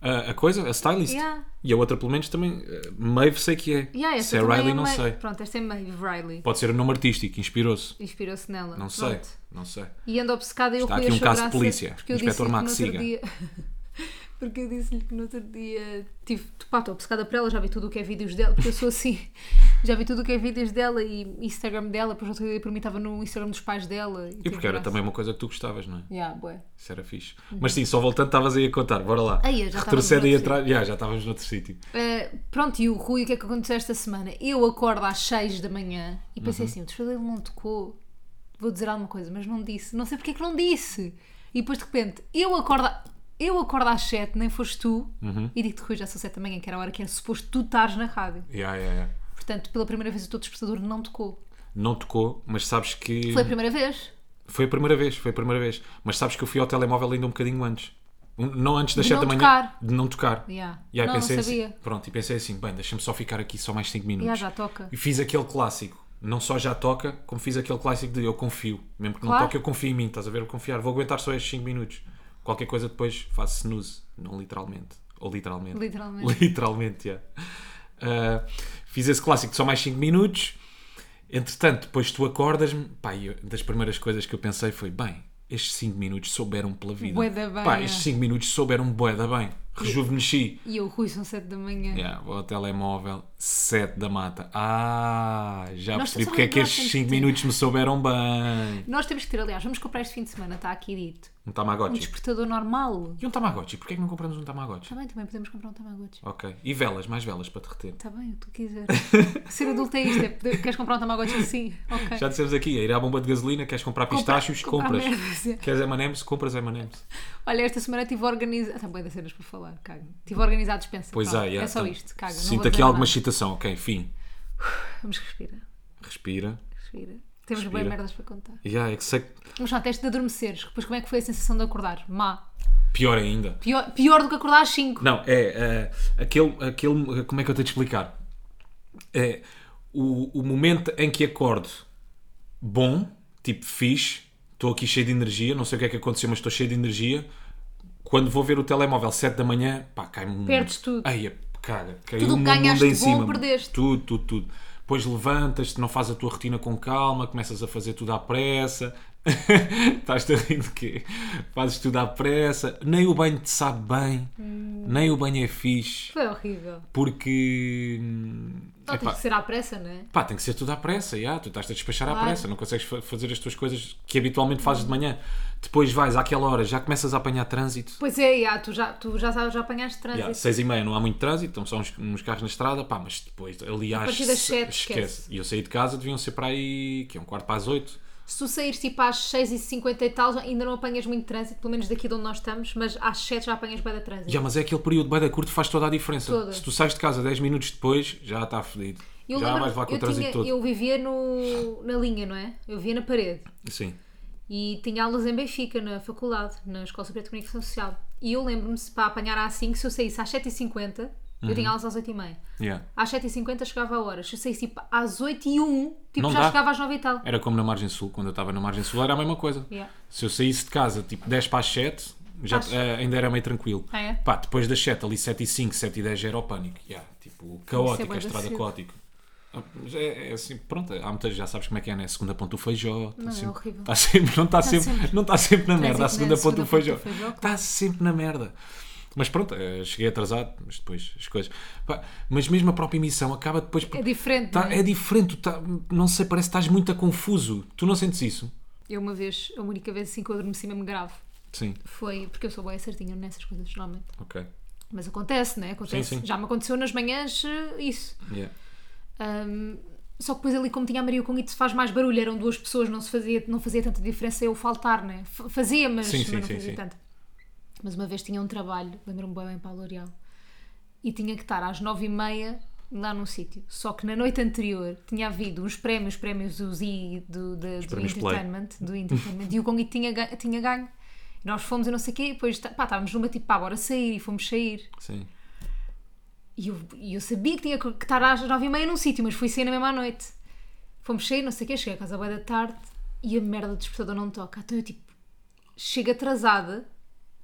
[SPEAKER 2] A, a coisa, a stylist.
[SPEAKER 1] Yeah.
[SPEAKER 2] E a outra, pelo menos, também. eh, Maeve sei que é.
[SPEAKER 1] Yeah, esta
[SPEAKER 2] se é
[SPEAKER 1] também
[SPEAKER 2] Riley,
[SPEAKER 1] é
[SPEAKER 2] não
[SPEAKER 1] Maeve-
[SPEAKER 2] sei.
[SPEAKER 1] Pronto, esta é Maeve Riley.
[SPEAKER 2] Pode ser um nome artístico, inspirou-se.
[SPEAKER 1] Inspirou-se nela.
[SPEAKER 2] Não sei,
[SPEAKER 1] Pronto.
[SPEAKER 2] não sei.
[SPEAKER 1] E anda obcecada e eu
[SPEAKER 2] Está
[SPEAKER 1] fui
[SPEAKER 2] aqui um
[SPEAKER 1] achar
[SPEAKER 2] caso de
[SPEAKER 1] graça,
[SPEAKER 2] polícia.
[SPEAKER 1] porque eu
[SPEAKER 2] Inspetor
[SPEAKER 1] disse-lhe
[SPEAKER 2] Max,
[SPEAKER 1] que no outro
[SPEAKER 2] siga.
[SPEAKER 1] dia- Porque eu disse-lhe que no outro dia. Tive, pá, estou obcecada por ela, já vi tudo o que é vídeos dela, porque eu sou assim. já vi tudo o que é vídeos dela e Instagram dela, depois no outro dia para mim estava no Instagram dos pais dela.
[SPEAKER 2] E porque era também uma coisa que tu gostavas, não é?
[SPEAKER 1] Yeah, bué.
[SPEAKER 2] Isso era fixe. Mas sim, só voltando, estavas aí a contar, bora lá.
[SPEAKER 1] Aí, Uhum. eu já
[SPEAKER 2] Retrocede
[SPEAKER 1] estávamos
[SPEAKER 2] aí
[SPEAKER 1] noutro
[SPEAKER 2] atrás. Já, já estávamos noutro sítio.
[SPEAKER 1] Uh, pronto, e o Rui, o que é que aconteceu esta semana? Eu acordo às 6 da manhã e pensei
[SPEAKER 2] Uhum.
[SPEAKER 1] assim: o despertador não tocou, vou dizer alguma coisa, mas não disse, não sei porque é que não disse. E depois de repente, eu acordo, eu acordo às 7, nem foste tu,
[SPEAKER 2] Uhum.
[SPEAKER 1] e digo-te, Rui, já são 7 da manhã, que era a hora que era suposto tu estares na rádio.
[SPEAKER 2] Já, já, já.
[SPEAKER 1] Portanto, pela primeira vez o teu despertador não tocou.
[SPEAKER 2] Não tocou, mas sabes que.
[SPEAKER 1] Foi a primeira vez?
[SPEAKER 2] Foi a primeira vez, foi a primeira vez. Mas sabes que eu fui ao telemóvel ainda um bocadinho antes. Um- Não antes das
[SPEAKER 1] De
[SPEAKER 2] 7 da
[SPEAKER 1] não
[SPEAKER 2] manhã.
[SPEAKER 1] tocar.
[SPEAKER 2] De não tocar.
[SPEAKER 1] Yeah.
[SPEAKER 2] E aí
[SPEAKER 1] Não, não
[SPEAKER 2] pensei assim-
[SPEAKER 1] sabia.
[SPEAKER 2] pronto, e pensei assim, bem, deixa-me só ficar aqui só mais 5 minutos.
[SPEAKER 1] Yeah, já toca.
[SPEAKER 2] E fiz aquele clássico. Não só já toca, como fiz aquele clássico de eu confio. Mesmo que não
[SPEAKER 1] Claro.
[SPEAKER 2] toque, eu confio em mim. Estás a ver? Eu confiar. Vou aguentar só estes 5 minutos. Qualquer coisa depois faço snooze. Não literalmente. Ou literalmente.
[SPEAKER 1] Literalmente.
[SPEAKER 2] Literalmente, yeah. Ah, fiz esse clássico de só mais 5 minutos. Entretanto, depois tu acordas-me. Pá, e eu- das primeiras coisas que eu pensei foi, bem, estes 5 minutos souberam pela vida.
[SPEAKER 1] Bué da bem,
[SPEAKER 2] Pá,
[SPEAKER 1] é.
[SPEAKER 2] estes 5 minutos souberam bué da bem. Rejuvenesci.
[SPEAKER 1] E eu, Rui, são 7 da manhã.
[SPEAKER 2] Yeah, vou ao telemóvel, 7 da mata. Ah, já
[SPEAKER 1] Nós
[SPEAKER 2] percebi
[SPEAKER 1] só
[SPEAKER 2] porque é que
[SPEAKER 1] nós
[SPEAKER 2] estes
[SPEAKER 1] temos
[SPEAKER 2] 5
[SPEAKER 1] que ter.
[SPEAKER 2] minutos me souberam bem.
[SPEAKER 1] Nós temos que ter, aliás, vamos comprar este fim de semana, está aqui dito.
[SPEAKER 2] Um
[SPEAKER 1] Um
[SPEAKER 2] Tamagotchi.
[SPEAKER 1] despertador normal.
[SPEAKER 2] E um Tamagotchi? Porquê é que não compramos um Tamagotchi?
[SPEAKER 1] Também, também podemos comprar um Tamagotchi.
[SPEAKER 2] Ok. E velas, mais velas para derreter.
[SPEAKER 1] Está Tá bem, o que tu quiseres. Ser adulto é isto. é poder- Queres comprar um Tamagotchi assim? Ok.
[SPEAKER 2] Já dissemos aqui, a ir à bomba de gasolina, queres comprar pistachos,
[SPEAKER 1] comprar
[SPEAKER 2] compras.
[SPEAKER 1] merdas, é.
[SPEAKER 2] Queres M&M's, compras M&M's.
[SPEAKER 1] Olha, esta semana tive organizado. Ah, tá bué de cenas para falar, caga. Tive organizado a dispensa.
[SPEAKER 2] Pois
[SPEAKER 1] Pronto,
[SPEAKER 2] é, yeah,
[SPEAKER 1] É só
[SPEAKER 2] então,
[SPEAKER 1] isto, caga. não vou
[SPEAKER 2] Sinto
[SPEAKER 1] dizer
[SPEAKER 2] aqui alguma
[SPEAKER 1] nada.
[SPEAKER 2] excitação, ok, fim.
[SPEAKER 1] Vamos respirar,
[SPEAKER 2] Respira.
[SPEAKER 1] respira. Temos
[SPEAKER 2] Respira.
[SPEAKER 1] bem merdas para contar.
[SPEAKER 2] Yeah, é que sei que-
[SPEAKER 1] Vamos lá, teste de adormeceres. Depois, como é que foi a sensação de acordar? Má.
[SPEAKER 2] Pior ainda.
[SPEAKER 1] Pior, pior do que acordar às 5.
[SPEAKER 2] Não, é eh, aquele, aquele. Como é que eu tenho de explicar? É o, o momento em que acordo bom, tipo fixe, estou aqui cheio de energia, não sei o que é que aconteceu, mas estou cheio de energia. Quando vou ver o telemóvel 7 da manhã, pá, cai-me um...
[SPEAKER 1] Perdes tudo.
[SPEAKER 2] Aí, cara,
[SPEAKER 1] Tudo
[SPEAKER 2] caiu tudo
[SPEAKER 1] que
[SPEAKER 2] um
[SPEAKER 1] ganhaste
[SPEAKER 2] mundo em
[SPEAKER 1] de bom,
[SPEAKER 2] cima. mano.
[SPEAKER 1] perdeste.
[SPEAKER 2] Tudo, tudo, tudo. Depois levantas-te, não fazes a tua rotina com calma, começas a fazer tudo à pressa. Estás-te a rir de quê? Fazes tudo à pressa. Nem o banho te sabe bem. Nem o banho é fixe.
[SPEAKER 1] Foi horrível.
[SPEAKER 2] Porque... hum,
[SPEAKER 1] Só tens
[SPEAKER 2] epá,
[SPEAKER 1] que ser à pressa, não é?
[SPEAKER 2] Pá, tem que ser tudo à pressa, já. tu estás-te a despachar à
[SPEAKER 1] Claro.
[SPEAKER 2] pressa, não consegues fa- fazer as tuas coisas que habitualmente fazes de manhã. Depois vais àquela hora, já começas a apanhar trânsito.
[SPEAKER 1] Pois é, já, tu, já, tu já, sabes, já apanhaste trânsito.
[SPEAKER 2] Yeah, seis e meia não há muito trânsito, estão só uns, uns carros na estrada, pá, mas depois, aliás,
[SPEAKER 1] A partir das
[SPEAKER 2] se-
[SPEAKER 1] sete,
[SPEAKER 2] esquece. E eu saí de casa, deviam ser para aí, que é um quarto para as oito.
[SPEAKER 1] Se tu saíres tipo às 6h50 e tal, já- ainda não apanhas muito trânsito, pelo menos daqui de onde nós estamos, mas às 7 já apanhas bem da trânsito.
[SPEAKER 2] Já, mas é aquele período bem da curto que faz toda a diferença.
[SPEAKER 1] Toda.
[SPEAKER 2] Se tu sais de casa dez minutos depois, já está fedido.
[SPEAKER 1] Eu
[SPEAKER 2] já
[SPEAKER 1] lembro-me-
[SPEAKER 2] vais lá com
[SPEAKER 1] eu
[SPEAKER 2] o trânsito
[SPEAKER 1] tinha-
[SPEAKER 2] todo.
[SPEAKER 1] Eu vivia no, na linha, não é? Eu vivia na parede.
[SPEAKER 2] Sim.
[SPEAKER 1] E tinha aulas em Benfica, na faculdade, na Escola Superior de Comunicação Social. E eu lembro-me, se para apanhar às 5, se eu saísse às 7h50, eu
[SPEAKER 2] Uhum.
[SPEAKER 1] tinha aulas às 8h30.
[SPEAKER 2] Yeah.
[SPEAKER 1] Às 7h50 chegava a horas. Se eu saísse tipo às 8h01, tipo,
[SPEAKER 2] Não
[SPEAKER 1] já
[SPEAKER 2] dá. É.
[SPEAKER 1] chegava às 9 e tal.
[SPEAKER 2] Era como na Margem Sul, quando eu estava na Margem Sul, era a mesma coisa.
[SPEAKER 1] Yeah.
[SPEAKER 2] Se eu saísse de casa, tipo 10 para as 7, já,
[SPEAKER 1] Às-
[SPEAKER 2] eh, ainda era meio tranquilo.
[SPEAKER 1] Ah, é?
[SPEAKER 2] Pá, depois das 7, ali 7 e 5, 7 e 10 já era o pânico. Yeah, tipo, caótico,
[SPEAKER 1] é bué
[SPEAKER 2] a
[SPEAKER 1] da
[SPEAKER 2] estrada
[SPEAKER 1] cedo.
[SPEAKER 2] caótica. Ah, mas É, é assim, pronto, há muitas, já sabes como é que é, né? Segunda ponto do feijó. Não, sempre,
[SPEAKER 1] é horrível.
[SPEAKER 2] Tá sempre, não está sempre,
[SPEAKER 1] sempre.
[SPEAKER 2] Não tá sempre na merda. A
[SPEAKER 1] Trânsito,
[SPEAKER 2] segunda
[SPEAKER 1] né?
[SPEAKER 2] ponto do
[SPEAKER 1] Segunda
[SPEAKER 2] feijó.
[SPEAKER 1] ponto do feijó,
[SPEAKER 2] Está sempre na merda. Mas pronto, eh, cheguei atrasado, mas depois as coisas. Pá, mas mesmo a própria emissão acaba depois por
[SPEAKER 1] É diferente.
[SPEAKER 2] Tá-
[SPEAKER 1] não é?
[SPEAKER 2] é diferente, tu tá- não sei, parece que estás muito a confuso. Tu não sentes isso?
[SPEAKER 1] Eu uma vez, a única vez assim que eu adormeci mesmo grave,
[SPEAKER 2] Sim,
[SPEAKER 1] foi porque eu sou bem certinha nessas coisas, geralmente.
[SPEAKER 2] ok.
[SPEAKER 1] Mas acontece, né? Acontece.
[SPEAKER 2] Sim, sim.
[SPEAKER 1] Já me aconteceu nas manhãs eh, isso.
[SPEAKER 2] Yeah.
[SPEAKER 1] Ahm, só que depois ali, como tinha a Maria com se faz mais barulho, eram duas pessoas, não, se fazia, não fazia tanta diferença eu faltar, né? F- Fazia, mas,
[SPEAKER 2] Sim,
[SPEAKER 1] mas
[SPEAKER 2] sim,
[SPEAKER 1] não
[SPEAKER 2] sim,
[SPEAKER 1] fazia
[SPEAKER 2] sim.
[SPEAKER 1] tanto. Mas uma vez tinha um trabalho, lembro-me bem, bem para a L'Oréal, e tinha que estar às nove e meia lá num sítio. Só que na noite anterior tinha havido uns prémios, prémios do Z, do, da- do
[SPEAKER 2] prémios Play.
[SPEAKER 1] entertainment, do entertainment, e o Kong tinha, ga- tinha ganho. E Nós fomos e não sei o quê, e depois tá- pá, estávamos numa tipo, pá, bora sair, e fomos sair.
[SPEAKER 2] Sim.
[SPEAKER 1] E eu, e eu sabia que tinha que que estar às nove e meia num sítio, mas fui sair na mesma à noite. Fomos sair, não sei o quê, cheguei a casa boa da tarde e a merda do despertador não toca. Então eu, tipo, chego atrasada,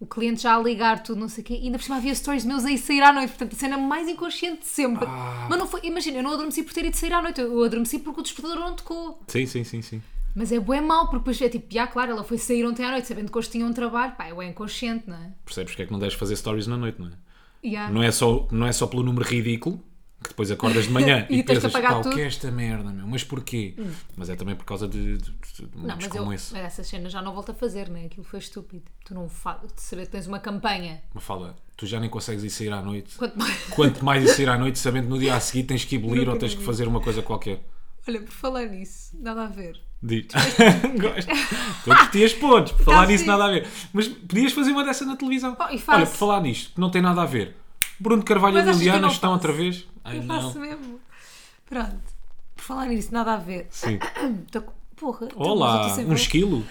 [SPEAKER 1] o cliente já a ligar tudo, não sei o quê, e ainda por cima havia stories meus aí sair à noite. Portanto, a cena mais inconsciente de sempre.
[SPEAKER 2] Ah.
[SPEAKER 1] Mas não foi, imagina, eu não adormeci por ter ido sair à noite, eu adormeci porque o despertador não tocou.
[SPEAKER 2] Sim, sim, sim, sim.
[SPEAKER 1] Mas é bué mal, porque depois é tipo, já, claro, ela foi sair ontem à noite sabendo que hoje tinha um trabalho, pá, é bué inconsciente, não é?
[SPEAKER 2] Percebes porque é que não deves fazer stories na noite, não é?
[SPEAKER 1] Yeah.
[SPEAKER 2] Não é só, não é só pelo número ridículo, que depois acordas de manhã
[SPEAKER 1] E
[SPEAKER 2] e,
[SPEAKER 1] tens de
[SPEAKER 2] pensas,
[SPEAKER 1] apagar
[SPEAKER 2] pá, o
[SPEAKER 1] tudo."
[SPEAKER 2] que é esta merda, meu? Mas porquê? Mas é também por causa de, de, de de
[SPEAKER 1] Não,
[SPEAKER 2] momentos
[SPEAKER 1] mas, eu,
[SPEAKER 2] como
[SPEAKER 1] mas
[SPEAKER 2] esse.
[SPEAKER 1] essas cenas já não volto a fazer, né? Aquilo foi estúpido. Tu não fazes. Será que tens uma campanha?
[SPEAKER 2] Mas fala, tu já nem consegues ir sair à noite.
[SPEAKER 1] Quanto mais-
[SPEAKER 2] Quanto mais ir sair à noite, sabendo que no dia a seguir tens que ir bolir ou tens que fazer uma coisa qualquer.
[SPEAKER 1] Olha, por falar nisso, nada a ver.
[SPEAKER 2] Diz. Gosto. Tu curtias pontos, por
[SPEAKER 1] Tá
[SPEAKER 2] falar nisso
[SPEAKER 1] sim.
[SPEAKER 2] nada a ver. Mas podias fazer uma dessa na televisão.
[SPEAKER 1] Oh, e faço.
[SPEAKER 2] Olha, por falar nisto, que não tem nada a ver. Bruno Carvalho
[SPEAKER 1] Mas
[SPEAKER 2] e
[SPEAKER 1] achas que eu
[SPEAKER 2] Liliana
[SPEAKER 1] não
[SPEAKER 2] estão
[SPEAKER 1] faço?
[SPEAKER 2] outra vez. Ai,
[SPEAKER 1] Eu
[SPEAKER 2] não.
[SPEAKER 1] faço mesmo. Pronto. Por falar nisso, nada a ver.
[SPEAKER 2] Sim.
[SPEAKER 1] Tô com- Porra. tô- Então, mas eu
[SPEAKER 2] Olá,
[SPEAKER 1] tô sem
[SPEAKER 2] um
[SPEAKER 1] voz.
[SPEAKER 2] esquilo.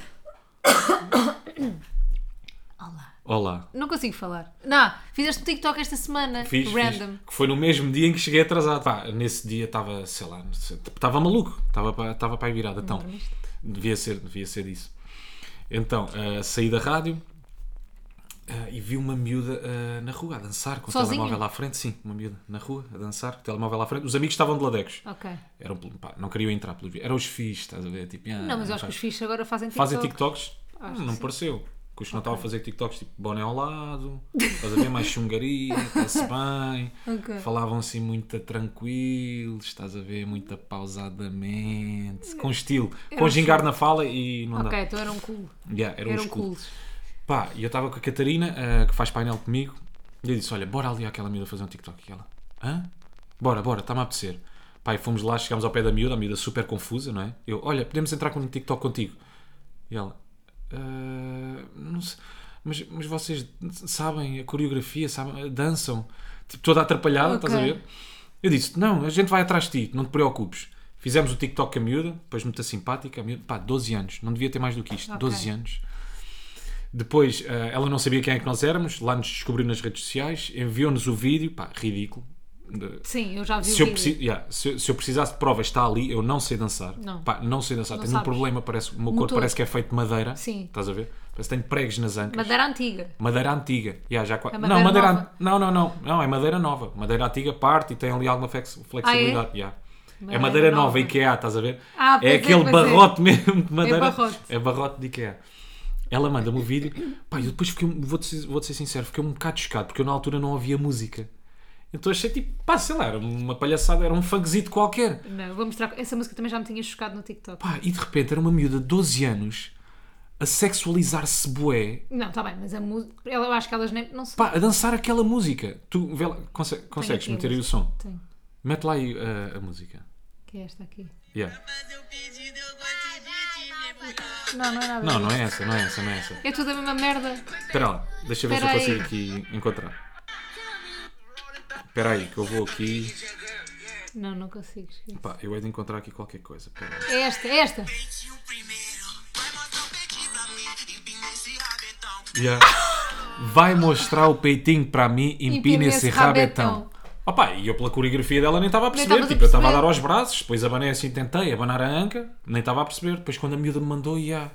[SPEAKER 1] Olá.
[SPEAKER 2] Olá.
[SPEAKER 1] Não consigo falar. Não, fizeste um TikTok esta semana.
[SPEAKER 2] Fiz, fiz.
[SPEAKER 1] random.
[SPEAKER 2] que foi no mesmo dia em que cheguei atrasado. Pá, nesse dia estava, sei lá, não sei, estava maluco, estava para estava para aí virada. Então, devia ser, devia ser isso. Então, ah, saí da rádio ah, e vi uma miúda ah, na rua a dançar com
[SPEAKER 1] Sozinha?
[SPEAKER 2] o telemóvel à frente. Sim, uma miúda na rua a dançar com o telemóvel à frente. Os amigos estavam de ladecos.
[SPEAKER 1] Ok.
[SPEAKER 2] Eram, pá, não queriam entrar pelos vídeos. Eram os fios, estás a ver? Tipo, ah,
[SPEAKER 1] Não, mas eu acho
[SPEAKER 2] pá.
[SPEAKER 1] que os fichos agora fazem TikTok.
[SPEAKER 2] Fazem TikToks?
[SPEAKER 1] Acho
[SPEAKER 2] Hum,
[SPEAKER 1] que
[SPEAKER 2] não
[SPEAKER 1] sim.
[SPEAKER 2] pareceu. Que o não estava a fazer TikToks tipo boné ao lado, estás a ver mais chungaria, está-se bem.
[SPEAKER 1] Ok.
[SPEAKER 2] Falavam assim muito tranquilos, estás a ver muito pausadamente, com estilo, com gingar na fala e não
[SPEAKER 1] um Ok, um então eram cool.
[SPEAKER 2] dá. Yeah, um eram
[SPEAKER 1] Eram
[SPEAKER 2] os cool.
[SPEAKER 1] cools.
[SPEAKER 2] Pá, e eu estava com a Catarina, ah, que faz painel comigo, e eu disse: Olha, bora ali àquela miúda fazer um TikTok. E ela: Hã? Bora, bora, está-me a apetecer. Pá, e fomos lá, chegámos ao pé da miúda, a miúda super confusa, não é? Eu: Olha, podemos entrar com um TikTok contigo. E ela: "Ah, Não sei, mas, mas vocês sabem a coreografia, sabem, dançam, tipo, toda
[SPEAKER 1] Ok.
[SPEAKER 2] atrapalhada, estás a ver? Eu disse: Não, a gente vai atrás de ti, não te preocupes. Fizemos o TikTok com a miúda, depois muito simpática, a miúda, pá, 12 anos, não devia ter mais do que isto,
[SPEAKER 1] Ok.
[SPEAKER 2] 12 anos. Depois, eh, ela não sabia quem é que nós éramos, lá nos descobriu nas redes sociais, enviou-nos o vídeo, pá, ridículo. de-
[SPEAKER 1] Sim, eu já vi o
[SPEAKER 2] se eu,
[SPEAKER 1] vídeo.
[SPEAKER 2] preci- yeah, se- se eu precisasse de provas, está ali, eu não sei dançar.
[SPEAKER 1] Não.
[SPEAKER 2] Pá, não sei dançar.
[SPEAKER 1] Não
[SPEAKER 2] tenho um
[SPEAKER 1] sabes.
[SPEAKER 2] problema, parece, o meu
[SPEAKER 1] No
[SPEAKER 2] corpo
[SPEAKER 1] todo.
[SPEAKER 2] parece que é feito de madeira.
[SPEAKER 1] Sim.
[SPEAKER 2] Estás a ver? Parece que tenho pregos nas ancas.
[SPEAKER 1] Madeira antiga.
[SPEAKER 2] Madeira antiga. Yeah, já qua-
[SPEAKER 1] É
[SPEAKER 2] não,
[SPEAKER 1] madeira
[SPEAKER 2] madeira an-
[SPEAKER 1] nova.
[SPEAKER 2] não, não, não, não. É madeira nova. Madeira antiga parte e tem ali alguma flex- flexibilidade. Yeah. é
[SPEAKER 1] Ah, Madeira
[SPEAKER 2] madeira nova,
[SPEAKER 1] nova.
[SPEAKER 2] IKEA, estás a ver?
[SPEAKER 1] Ah, pois
[SPEAKER 2] é
[SPEAKER 1] é,
[SPEAKER 2] aquele
[SPEAKER 1] pois é.
[SPEAKER 2] barrote mesmo de madeira.
[SPEAKER 1] barrote.
[SPEAKER 2] É barrote de IKEA. Ela manda-me o vídeo. Pá, eu depois fiquei, um- vou-te ser, vou-te ser sincero, fiquei um bocado chocado porque eu na altura não ouvia música. Então achei tipo, pá, sei lá, era uma palhaçada, era um funkzito qualquer.
[SPEAKER 1] Não, vou mostrar. Essa música também já me tinha chocado no TikTok.
[SPEAKER 2] Pá, e de repente era uma miúda de 12 anos a sexualizar-se bué
[SPEAKER 1] Não, está bem, mas a música. Eu acho que elas nem. Não sei.
[SPEAKER 2] Pá, a dançar aquela música. Tu vê lá, conse- consegues
[SPEAKER 1] aqui a
[SPEAKER 2] meter aí o
[SPEAKER 1] música.
[SPEAKER 2] som?
[SPEAKER 1] Tem.
[SPEAKER 2] Mete lá aí uh, a música.
[SPEAKER 1] Que é esta aqui?
[SPEAKER 2] Yeah.
[SPEAKER 4] Fazer um pedido, eu gosto de ti, me falar.
[SPEAKER 1] Não, não é nada.
[SPEAKER 2] Não, não é essa, não é essa, não é essa.
[SPEAKER 1] É tudo a mesma merda.
[SPEAKER 2] Espera lá, deixa eu ver
[SPEAKER 1] Espera
[SPEAKER 2] se eu
[SPEAKER 1] aí.
[SPEAKER 2] consigo aqui encontrar. Espera aí, que eu vou aqui.
[SPEAKER 1] Não, não consigo. esquece.
[SPEAKER 2] Pá, eu hei de encontrar aqui qualquer coisa. Espera aí.
[SPEAKER 1] É esta, é esta.
[SPEAKER 4] Peitinho primeiro. Vai mostrar o peitinho pra mim. Empina esse rabetão.
[SPEAKER 2] Yeah. Vai mostrar o peitinho para mim, empina
[SPEAKER 1] Empina
[SPEAKER 2] esse
[SPEAKER 1] esse
[SPEAKER 2] rabetão. Opa, e eu pela coreografia dela nem estava a perceber.
[SPEAKER 1] estavas a
[SPEAKER 2] tipo, eu estava a
[SPEAKER 1] perceber.
[SPEAKER 2] dar aos braços, depois abanei assim, tentei abanar a anca, nem estava a perceber. Depois quando a miúda me mandou, yeah.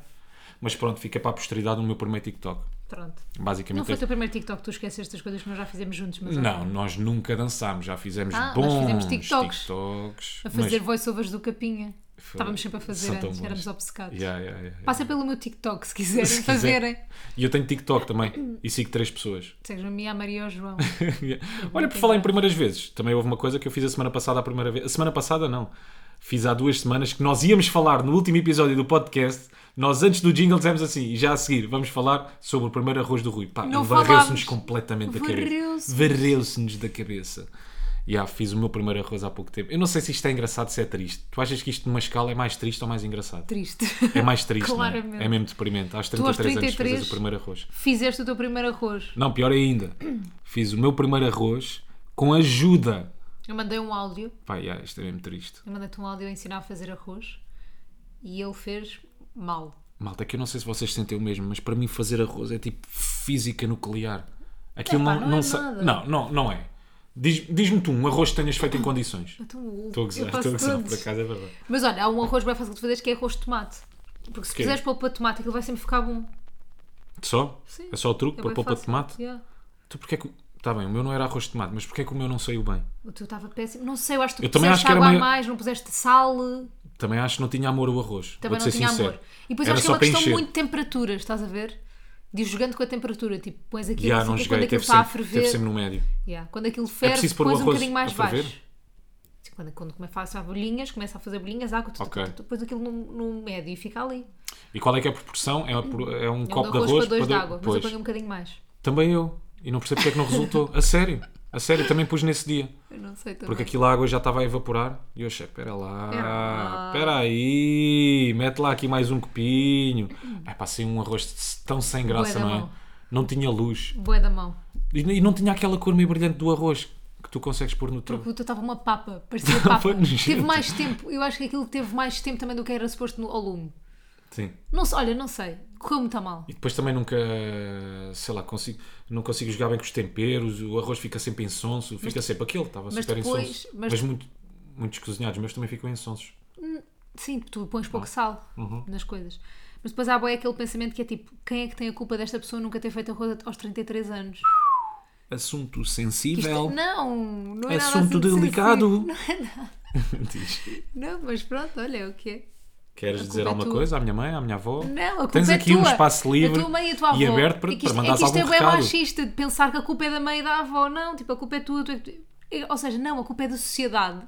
[SPEAKER 2] Mas pronto, fica para a posteridade no meu primeiro TikTok.
[SPEAKER 1] Pronto. Não
[SPEAKER 2] Basicamente.
[SPEAKER 1] foi
[SPEAKER 2] é-
[SPEAKER 1] o teu primeiro TikTok, tu esqueceste as coisas que nós já fizemos juntos, mas.
[SPEAKER 2] Não, nós nunca dançámos, já fizemos
[SPEAKER 1] Ah, nós
[SPEAKER 2] bons
[SPEAKER 1] fizemos TikToks.
[SPEAKER 2] TikToks,
[SPEAKER 1] A fazer
[SPEAKER 2] mas-
[SPEAKER 1] voiceovers do Capinha.
[SPEAKER 2] Foi-
[SPEAKER 1] Estávamos sempre a fazer
[SPEAKER 2] são tão
[SPEAKER 1] antes,
[SPEAKER 2] bons.
[SPEAKER 1] éramos obcecados.
[SPEAKER 2] Yeah, yeah, yeah, yeah.
[SPEAKER 1] Passa pelo meu TikTok se quiserem
[SPEAKER 2] Se quiser.
[SPEAKER 1] fazerem.
[SPEAKER 2] E eu tenho TikTok também e sigo três pessoas.
[SPEAKER 1] Sejam a mim, a Maria ou ao João.
[SPEAKER 2] Yeah. Olha, por falar em primeiras vezes, também houve uma coisa que eu fiz a semana passada a primeira vez. A semana passada não. Fiz há duas semanas que nós íamos falar no último episódio do podcast. Nós antes do jingle dissemos assim, e já a seguir vamos falar sobre o primeiro arroz do Rui. Pá,
[SPEAKER 1] Não
[SPEAKER 2] varreu-se-nos
[SPEAKER 1] falámos.
[SPEAKER 2] completamente da cabeça.
[SPEAKER 1] Varreu-se.
[SPEAKER 2] Varreu-se-nos da cabeça. E ah, fiz o meu primeiro arroz há pouco tempo. Eu não sei se isto é engraçado, se é triste. Tu achas que isto numa escala é mais triste ou mais engraçado?
[SPEAKER 1] Triste.
[SPEAKER 2] É mais triste, não é?
[SPEAKER 1] Claramente.
[SPEAKER 2] É mesmo deprimente. Aos 33,
[SPEAKER 1] aos
[SPEAKER 2] anos
[SPEAKER 1] 33?
[SPEAKER 2] fazes o primeiro arroz.
[SPEAKER 1] Fizeste o teu primeiro arroz.
[SPEAKER 2] Não, pior ainda. Fiz o meu primeiro arroz com ajuda.
[SPEAKER 1] Eu mandei um áudio.
[SPEAKER 2] Pá, yeah, isto é mesmo triste.
[SPEAKER 1] Eu mandei-te um áudio a ensinar a fazer arroz. E ele fez mal.
[SPEAKER 2] Malta, que eu não sei se vocês sentem o mesmo, mas para mim fazer arroz é tipo física nuclear. Aquilo
[SPEAKER 1] Epá,
[SPEAKER 2] não,
[SPEAKER 1] não é
[SPEAKER 2] sa-
[SPEAKER 1] nada.
[SPEAKER 2] não, não, não é. Diz- Diz-me tu um arroz que tenhas feito em condições.
[SPEAKER 1] Então, eu-
[SPEAKER 2] Estou a
[SPEAKER 1] eu
[SPEAKER 2] gozar,
[SPEAKER 1] faço
[SPEAKER 2] estou a gozar, por
[SPEAKER 1] todos.
[SPEAKER 2] acaso é verdade.
[SPEAKER 1] Mas olha, há um arroz bem fácil de fazer que é arroz de tomate. Porque se
[SPEAKER 2] Porquê?
[SPEAKER 1] quiseres polpa de tomate, aquilo vai sempre ficar bom.
[SPEAKER 2] Só?
[SPEAKER 1] Sim.
[SPEAKER 2] É só o truque
[SPEAKER 1] É
[SPEAKER 2] para
[SPEAKER 1] bem
[SPEAKER 2] polpa de
[SPEAKER 1] fácil.
[SPEAKER 2] tomate?
[SPEAKER 1] Yeah.
[SPEAKER 2] Tu porquê que. Está bem, o meu não era arroz de tomate, mas porquê que o meu não saiu bem?
[SPEAKER 1] O teu estava péssimo. Não sei, eu acho que tu
[SPEAKER 2] Eu também
[SPEAKER 1] puseste
[SPEAKER 2] acho que era
[SPEAKER 1] água a
[SPEAKER 2] meio-
[SPEAKER 1] mais, não puseste sal,
[SPEAKER 2] Também acho que não tinha amor o arroz.
[SPEAKER 1] também
[SPEAKER 2] Vou-te
[SPEAKER 1] não
[SPEAKER 2] ser
[SPEAKER 1] tinha
[SPEAKER 2] sincero.
[SPEAKER 1] amor. E depois eu
[SPEAKER 2] Era
[SPEAKER 1] acho que
[SPEAKER 2] só
[SPEAKER 1] é uma
[SPEAKER 2] para
[SPEAKER 1] questão
[SPEAKER 2] encher.
[SPEAKER 1] muito de temperatura, estás a ver? De ir jogando com a temperatura, tipo, pões aquilo
[SPEAKER 2] Yeah,
[SPEAKER 1] assim,
[SPEAKER 2] não
[SPEAKER 1] e
[SPEAKER 2] joguei,
[SPEAKER 1] quando aquilo
[SPEAKER 2] teve
[SPEAKER 1] está a
[SPEAKER 2] sempre, teve
[SPEAKER 1] ferver.
[SPEAKER 2] sempre no médio.
[SPEAKER 1] Yeah, Quando aquilo ferve,
[SPEAKER 2] preciso pôr o
[SPEAKER 1] pões um
[SPEAKER 2] arroz
[SPEAKER 1] bocadinho mais
[SPEAKER 2] a ferver?
[SPEAKER 1] baixo. Tipo, Quando, quando come- faço a bolinhas, começa a fazer bolinhas, água, tu, tu,
[SPEAKER 2] Ok.
[SPEAKER 1] tu, tu, pões aquilo no, no médio e fica ali.
[SPEAKER 2] E qual é que é a proporção? É, por- é um
[SPEAKER 1] É
[SPEAKER 2] copo
[SPEAKER 1] um
[SPEAKER 2] de arroz
[SPEAKER 1] para dois de
[SPEAKER 2] dois-
[SPEAKER 1] água, mas eu
[SPEAKER 2] Pois.
[SPEAKER 1] ponho um bocadinho mais.
[SPEAKER 2] Também eu. E não percebo porque é que não resultou. A sério. A sério, também pus nesse dia.
[SPEAKER 1] Eu não sei também.
[SPEAKER 2] Porque aquilo a água já estava a evaporar. E eu achei, pera
[SPEAKER 1] Pera
[SPEAKER 2] lá,
[SPEAKER 1] lá.
[SPEAKER 2] pera aí, mete lá aqui mais um copinho. É pá, assim um arroz tão sem graça,
[SPEAKER 1] Bué da
[SPEAKER 2] não é?
[SPEAKER 1] mão.
[SPEAKER 2] Não tinha luz.
[SPEAKER 1] Boa da mão.
[SPEAKER 2] E, e não tinha aquela cor meio brilhante do arroz que tu consegues pôr no teu.
[SPEAKER 1] Puta, estava uma papa, parecia papa.
[SPEAKER 2] Foi nojento.
[SPEAKER 1] teve mais tempo, eu acho que aquilo teve mais tempo também do que era suposto no ao lume.
[SPEAKER 2] Sim.
[SPEAKER 1] Não sei, olha, não sei, correu muito a mal.
[SPEAKER 2] E depois também nunca, sei lá, consigo, não consigo jogar bem com os temperos, o arroz fica sempre insonso, fica sempre aquele, estava super
[SPEAKER 1] depois-
[SPEAKER 2] insonso. Mas,
[SPEAKER 1] mas-
[SPEAKER 2] muito- muitos cozinhados meus também ficam insonsos.
[SPEAKER 1] Sim, tu pões pouco sal
[SPEAKER 2] Uhum.
[SPEAKER 1] nas coisas. Mas depois há boé aquele pensamento que é tipo, quem é que tem a culpa desta pessoa nunca ter feito arroz aos 33 anos? Que
[SPEAKER 2] Assunto
[SPEAKER 1] isto- é
[SPEAKER 2] sensível.
[SPEAKER 1] não, não é nada
[SPEAKER 2] Assunto
[SPEAKER 1] assim de sensível.
[SPEAKER 2] delicado.
[SPEAKER 1] Não é nada.
[SPEAKER 2] Diz.
[SPEAKER 1] Não, mas pronto, olha, é o que é.
[SPEAKER 2] Queres
[SPEAKER 1] A
[SPEAKER 2] dizer
[SPEAKER 1] culpa é
[SPEAKER 2] alguma
[SPEAKER 1] tua.
[SPEAKER 2] coisa à minha mãe, à minha avó?
[SPEAKER 1] Não, a culpa
[SPEAKER 2] Tens
[SPEAKER 1] é
[SPEAKER 2] aqui um
[SPEAKER 1] tua.
[SPEAKER 2] espaço livre
[SPEAKER 1] a tua mãe e a tua avó.
[SPEAKER 2] e aberto para,
[SPEAKER 1] é que isto,
[SPEAKER 2] para mandares
[SPEAKER 1] é que isto
[SPEAKER 2] algum
[SPEAKER 1] é bem
[SPEAKER 2] recado.
[SPEAKER 1] machista de pensar que a culpa é da mãe e da avó. Não, tipo, a culpa é tua. tu é que tu- é- Ou seja, não, a culpa é da sociedade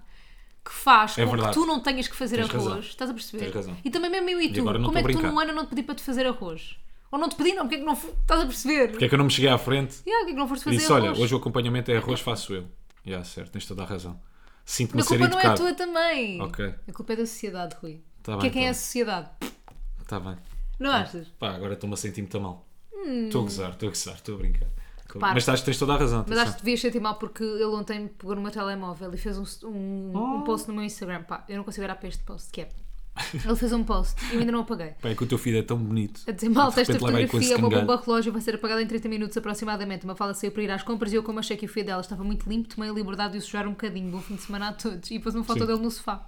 [SPEAKER 1] que faz
[SPEAKER 2] É
[SPEAKER 1] com
[SPEAKER 2] verdade.
[SPEAKER 1] que tu não tenhas que fazer
[SPEAKER 2] Tens
[SPEAKER 1] arroz.
[SPEAKER 2] razão.
[SPEAKER 1] Estás a perceber?
[SPEAKER 2] Tens razão.
[SPEAKER 1] E também mesmo eu e tu.
[SPEAKER 2] agora não
[SPEAKER 1] como
[SPEAKER 2] estou
[SPEAKER 1] é que
[SPEAKER 2] a
[SPEAKER 1] tu
[SPEAKER 2] brincar.
[SPEAKER 1] num ano eu não te pedi para te fazer arroz? Ou não te pedi, não? Porque é que não fu- Estás a perceber?
[SPEAKER 2] Porque é que eu não me cheguei à frente
[SPEAKER 1] Yeah, porque é que não foste
[SPEAKER 2] e
[SPEAKER 1] fazer
[SPEAKER 2] disse:
[SPEAKER 1] arroz?
[SPEAKER 2] Olha, hoje o acompanhamento é arroz, faço eu. Já, certo, tens toda a razão. Sinto-me a
[SPEAKER 1] a
[SPEAKER 2] ser
[SPEAKER 1] culpa não é
[SPEAKER 2] educado.
[SPEAKER 1] tua também.
[SPEAKER 2] Ok.
[SPEAKER 1] A culpa é da sociedade, Rui.
[SPEAKER 2] Tá
[SPEAKER 1] que
[SPEAKER 2] bem,
[SPEAKER 1] é quem
[SPEAKER 2] tá
[SPEAKER 1] é
[SPEAKER 2] bem.
[SPEAKER 1] a sociedade?
[SPEAKER 2] Está Tá bem.
[SPEAKER 1] Não achas?
[SPEAKER 2] Pá, agora estou-me a sentir muito mal.
[SPEAKER 1] Hum.
[SPEAKER 2] Estou a gozar, estou a gozar, estou a brincar.
[SPEAKER 1] Repara.
[SPEAKER 2] Mas estás, tens toda a razão.
[SPEAKER 1] Mas
[SPEAKER 2] atenção.
[SPEAKER 1] acho que devias sentir mal porque ele ontem
[SPEAKER 2] Oh.
[SPEAKER 1] pegou no meu telemóvel e fez um, um, um post no meu Instagram. Pá, eu não consigo olhar para este post, que é Ele fez um post e eu ainda não apaguei.
[SPEAKER 2] Pá, é que o teu filho é tão bonito.
[SPEAKER 1] A dizer, malta,
[SPEAKER 2] De
[SPEAKER 1] esta
[SPEAKER 2] repente lá vai com esse
[SPEAKER 1] fotografia é uma
[SPEAKER 2] cangalho.
[SPEAKER 1] bomba relógio, vai ser apagada em 30 minutos aproximadamente. Uma fala saiu para ir às compras e eu, como achei que o fio dela estava muito limpo, tomei a liberdade de o sujar um bocadinho. Bom fim de semana a todos. E pôs uma foto
[SPEAKER 2] Sim.
[SPEAKER 1] dele no sofá.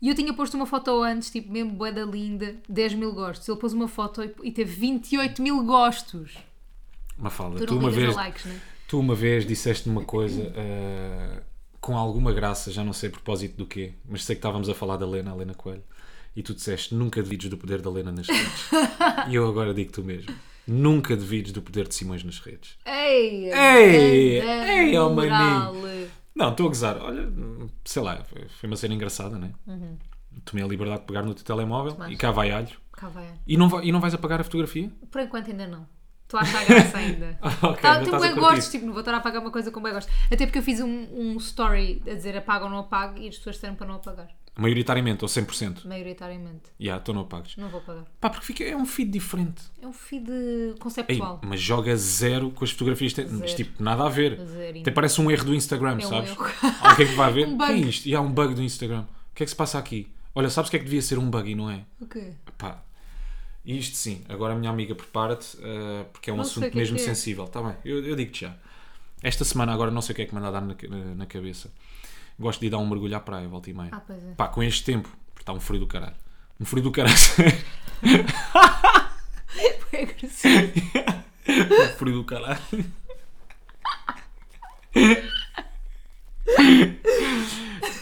[SPEAKER 1] E eu tinha posto uma foto antes, tipo, mesmo boeda linda, 10 mil gostos. Ele pôs uma foto e- e teve 28 mil gostos.
[SPEAKER 2] Uma fala.
[SPEAKER 1] Tu
[SPEAKER 2] Tu,
[SPEAKER 1] não
[SPEAKER 2] uma
[SPEAKER 1] ligas a
[SPEAKER 2] vez,
[SPEAKER 1] likes, né?
[SPEAKER 2] tu uma vez disseste uma coisa eh, com alguma graça, já não sei a propósito do quê, mas sei que estávamos a falar da Lena, a Lena Coelho, e tu disseste nunca devides do poder da Lena nas redes. e eu agora digo tu mesmo. Nunca devides do poder de Simões nas redes.
[SPEAKER 1] Ei!
[SPEAKER 2] Ei,
[SPEAKER 1] grande
[SPEAKER 2] ei, oh, ó
[SPEAKER 1] moral.
[SPEAKER 2] Não, estou a gozar. Olha, sei lá, foi foi uma cena engraçada, não é?
[SPEAKER 1] Uhum.
[SPEAKER 2] Tomei a liberdade de pegar no teu telemóvel
[SPEAKER 1] Tomaste.
[SPEAKER 2] e cá vai alho.
[SPEAKER 1] Cá vai.
[SPEAKER 2] E não, vai- e não vais apagar a fotografia?
[SPEAKER 1] Por enquanto ainda não. Estou a achar graça ainda.
[SPEAKER 2] Ah, ok,
[SPEAKER 1] Tá- tem
[SPEAKER 2] ainda estás a
[SPEAKER 1] bem
[SPEAKER 2] curtir.
[SPEAKER 1] gostos, tipo, não vou estar a apagar uma coisa com bem gostos. Até porque eu fiz um, um story a dizer apaga ou não apago e as pessoas disseram para não apagar.
[SPEAKER 2] Maioritariamente, ou 100%.
[SPEAKER 1] Maioritariamente.
[SPEAKER 2] Já, estou não apagues.
[SPEAKER 1] Não vou apagar.
[SPEAKER 2] Pá, porque fica, é um feed diferente.
[SPEAKER 1] É um feed
[SPEAKER 2] Ei,
[SPEAKER 1] conceptual.
[SPEAKER 2] mas joga zero com as fotografias. Tem, mas
[SPEAKER 1] Zero.
[SPEAKER 2] tipo, nada a ver.
[SPEAKER 1] Zerinho.
[SPEAKER 2] Até parece um erro do Instagram,
[SPEAKER 1] É um
[SPEAKER 2] sabes?
[SPEAKER 1] erro.
[SPEAKER 2] Alguém que vai ver.
[SPEAKER 1] Um
[SPEAKER 2] O que é
[SPEAKER 1] bug.
[SPEAKER 2] isto? E há um bug do Instagram. O que é que se passa aqui? Olha, sabes o que é que devia ser um bug e não é?
[SPEAKER 1] O quê?
[SPEAKER 2] Pá. Isto sim, agora minha amiga prepara-te, eh, porque é um
[SPEAKER 1] Não sei o
[SPEAKER 2] assunto
[SPEAKER 1] que é
[SPEAKER 2] mesmo
[SPEAKER 1] que é.
[SPEAKER 2] sensível. Está bem, eu, eu digo-te já. Esta semana agora não sei o que é que me anda a dar na, ca- na cabeça. Gosto de ir dar um mergulho à praia, volta e meia.
[SPEAKER 1] Ah, pois é.
[SPEAKER 2] Pá, com este tempo, porque está um frio do caralho. Um frio do caralho.
[SPEAKER 1] É agressivo.
[SPEAKER 2] um frio do caralho.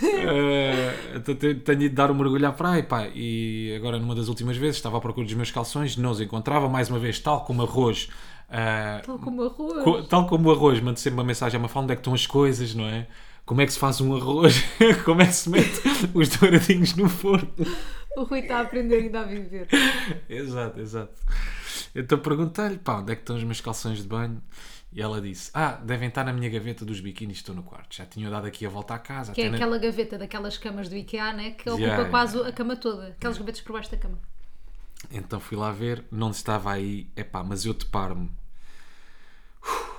[SPEAKER 2] Eh, então te- tenho ido dar um mergulho à praia, pá. E agora, numa das últimas vezes, estava à procura dos meus calções, não os encontrava. Mais uma vez, tal como arroz, eh,
[SPEAKER 1] Tal como arroz.
[SPEAKER 2] Co- Tal como o arroz, mando sempre uma mensagem a uma fala onde é que estão as coisas, não é? Como é que se faz um arroz? Como é que se mete os douradinhos no forno?
[SPEAKER 1] O Rui está a aprender ainda a viver.
[SPEAKER 2] Exato, exato. Então perguntei-lhe, pá, onde é que estão os meus calções de banho? E ela disse, ah, devem estar na minha gaveta dos biquínis, estou no quarto. Já tinha dado aqui a volta à casa.
[SPEAKER 1] Que é
[SPEAKER 2] até na-
[SPEAKER 1] aquela gaveta daquelas camas do IKEA, né? Que ocupa
[SPEAKER 2] Yeah,
[SPEAKER 1] quase a cama toda. Aquelas gavetas por baixo da cama.
[SPEAKER 2] Então fui lá ver, não estava aí, é pá, mas eu deparo-me. Uf,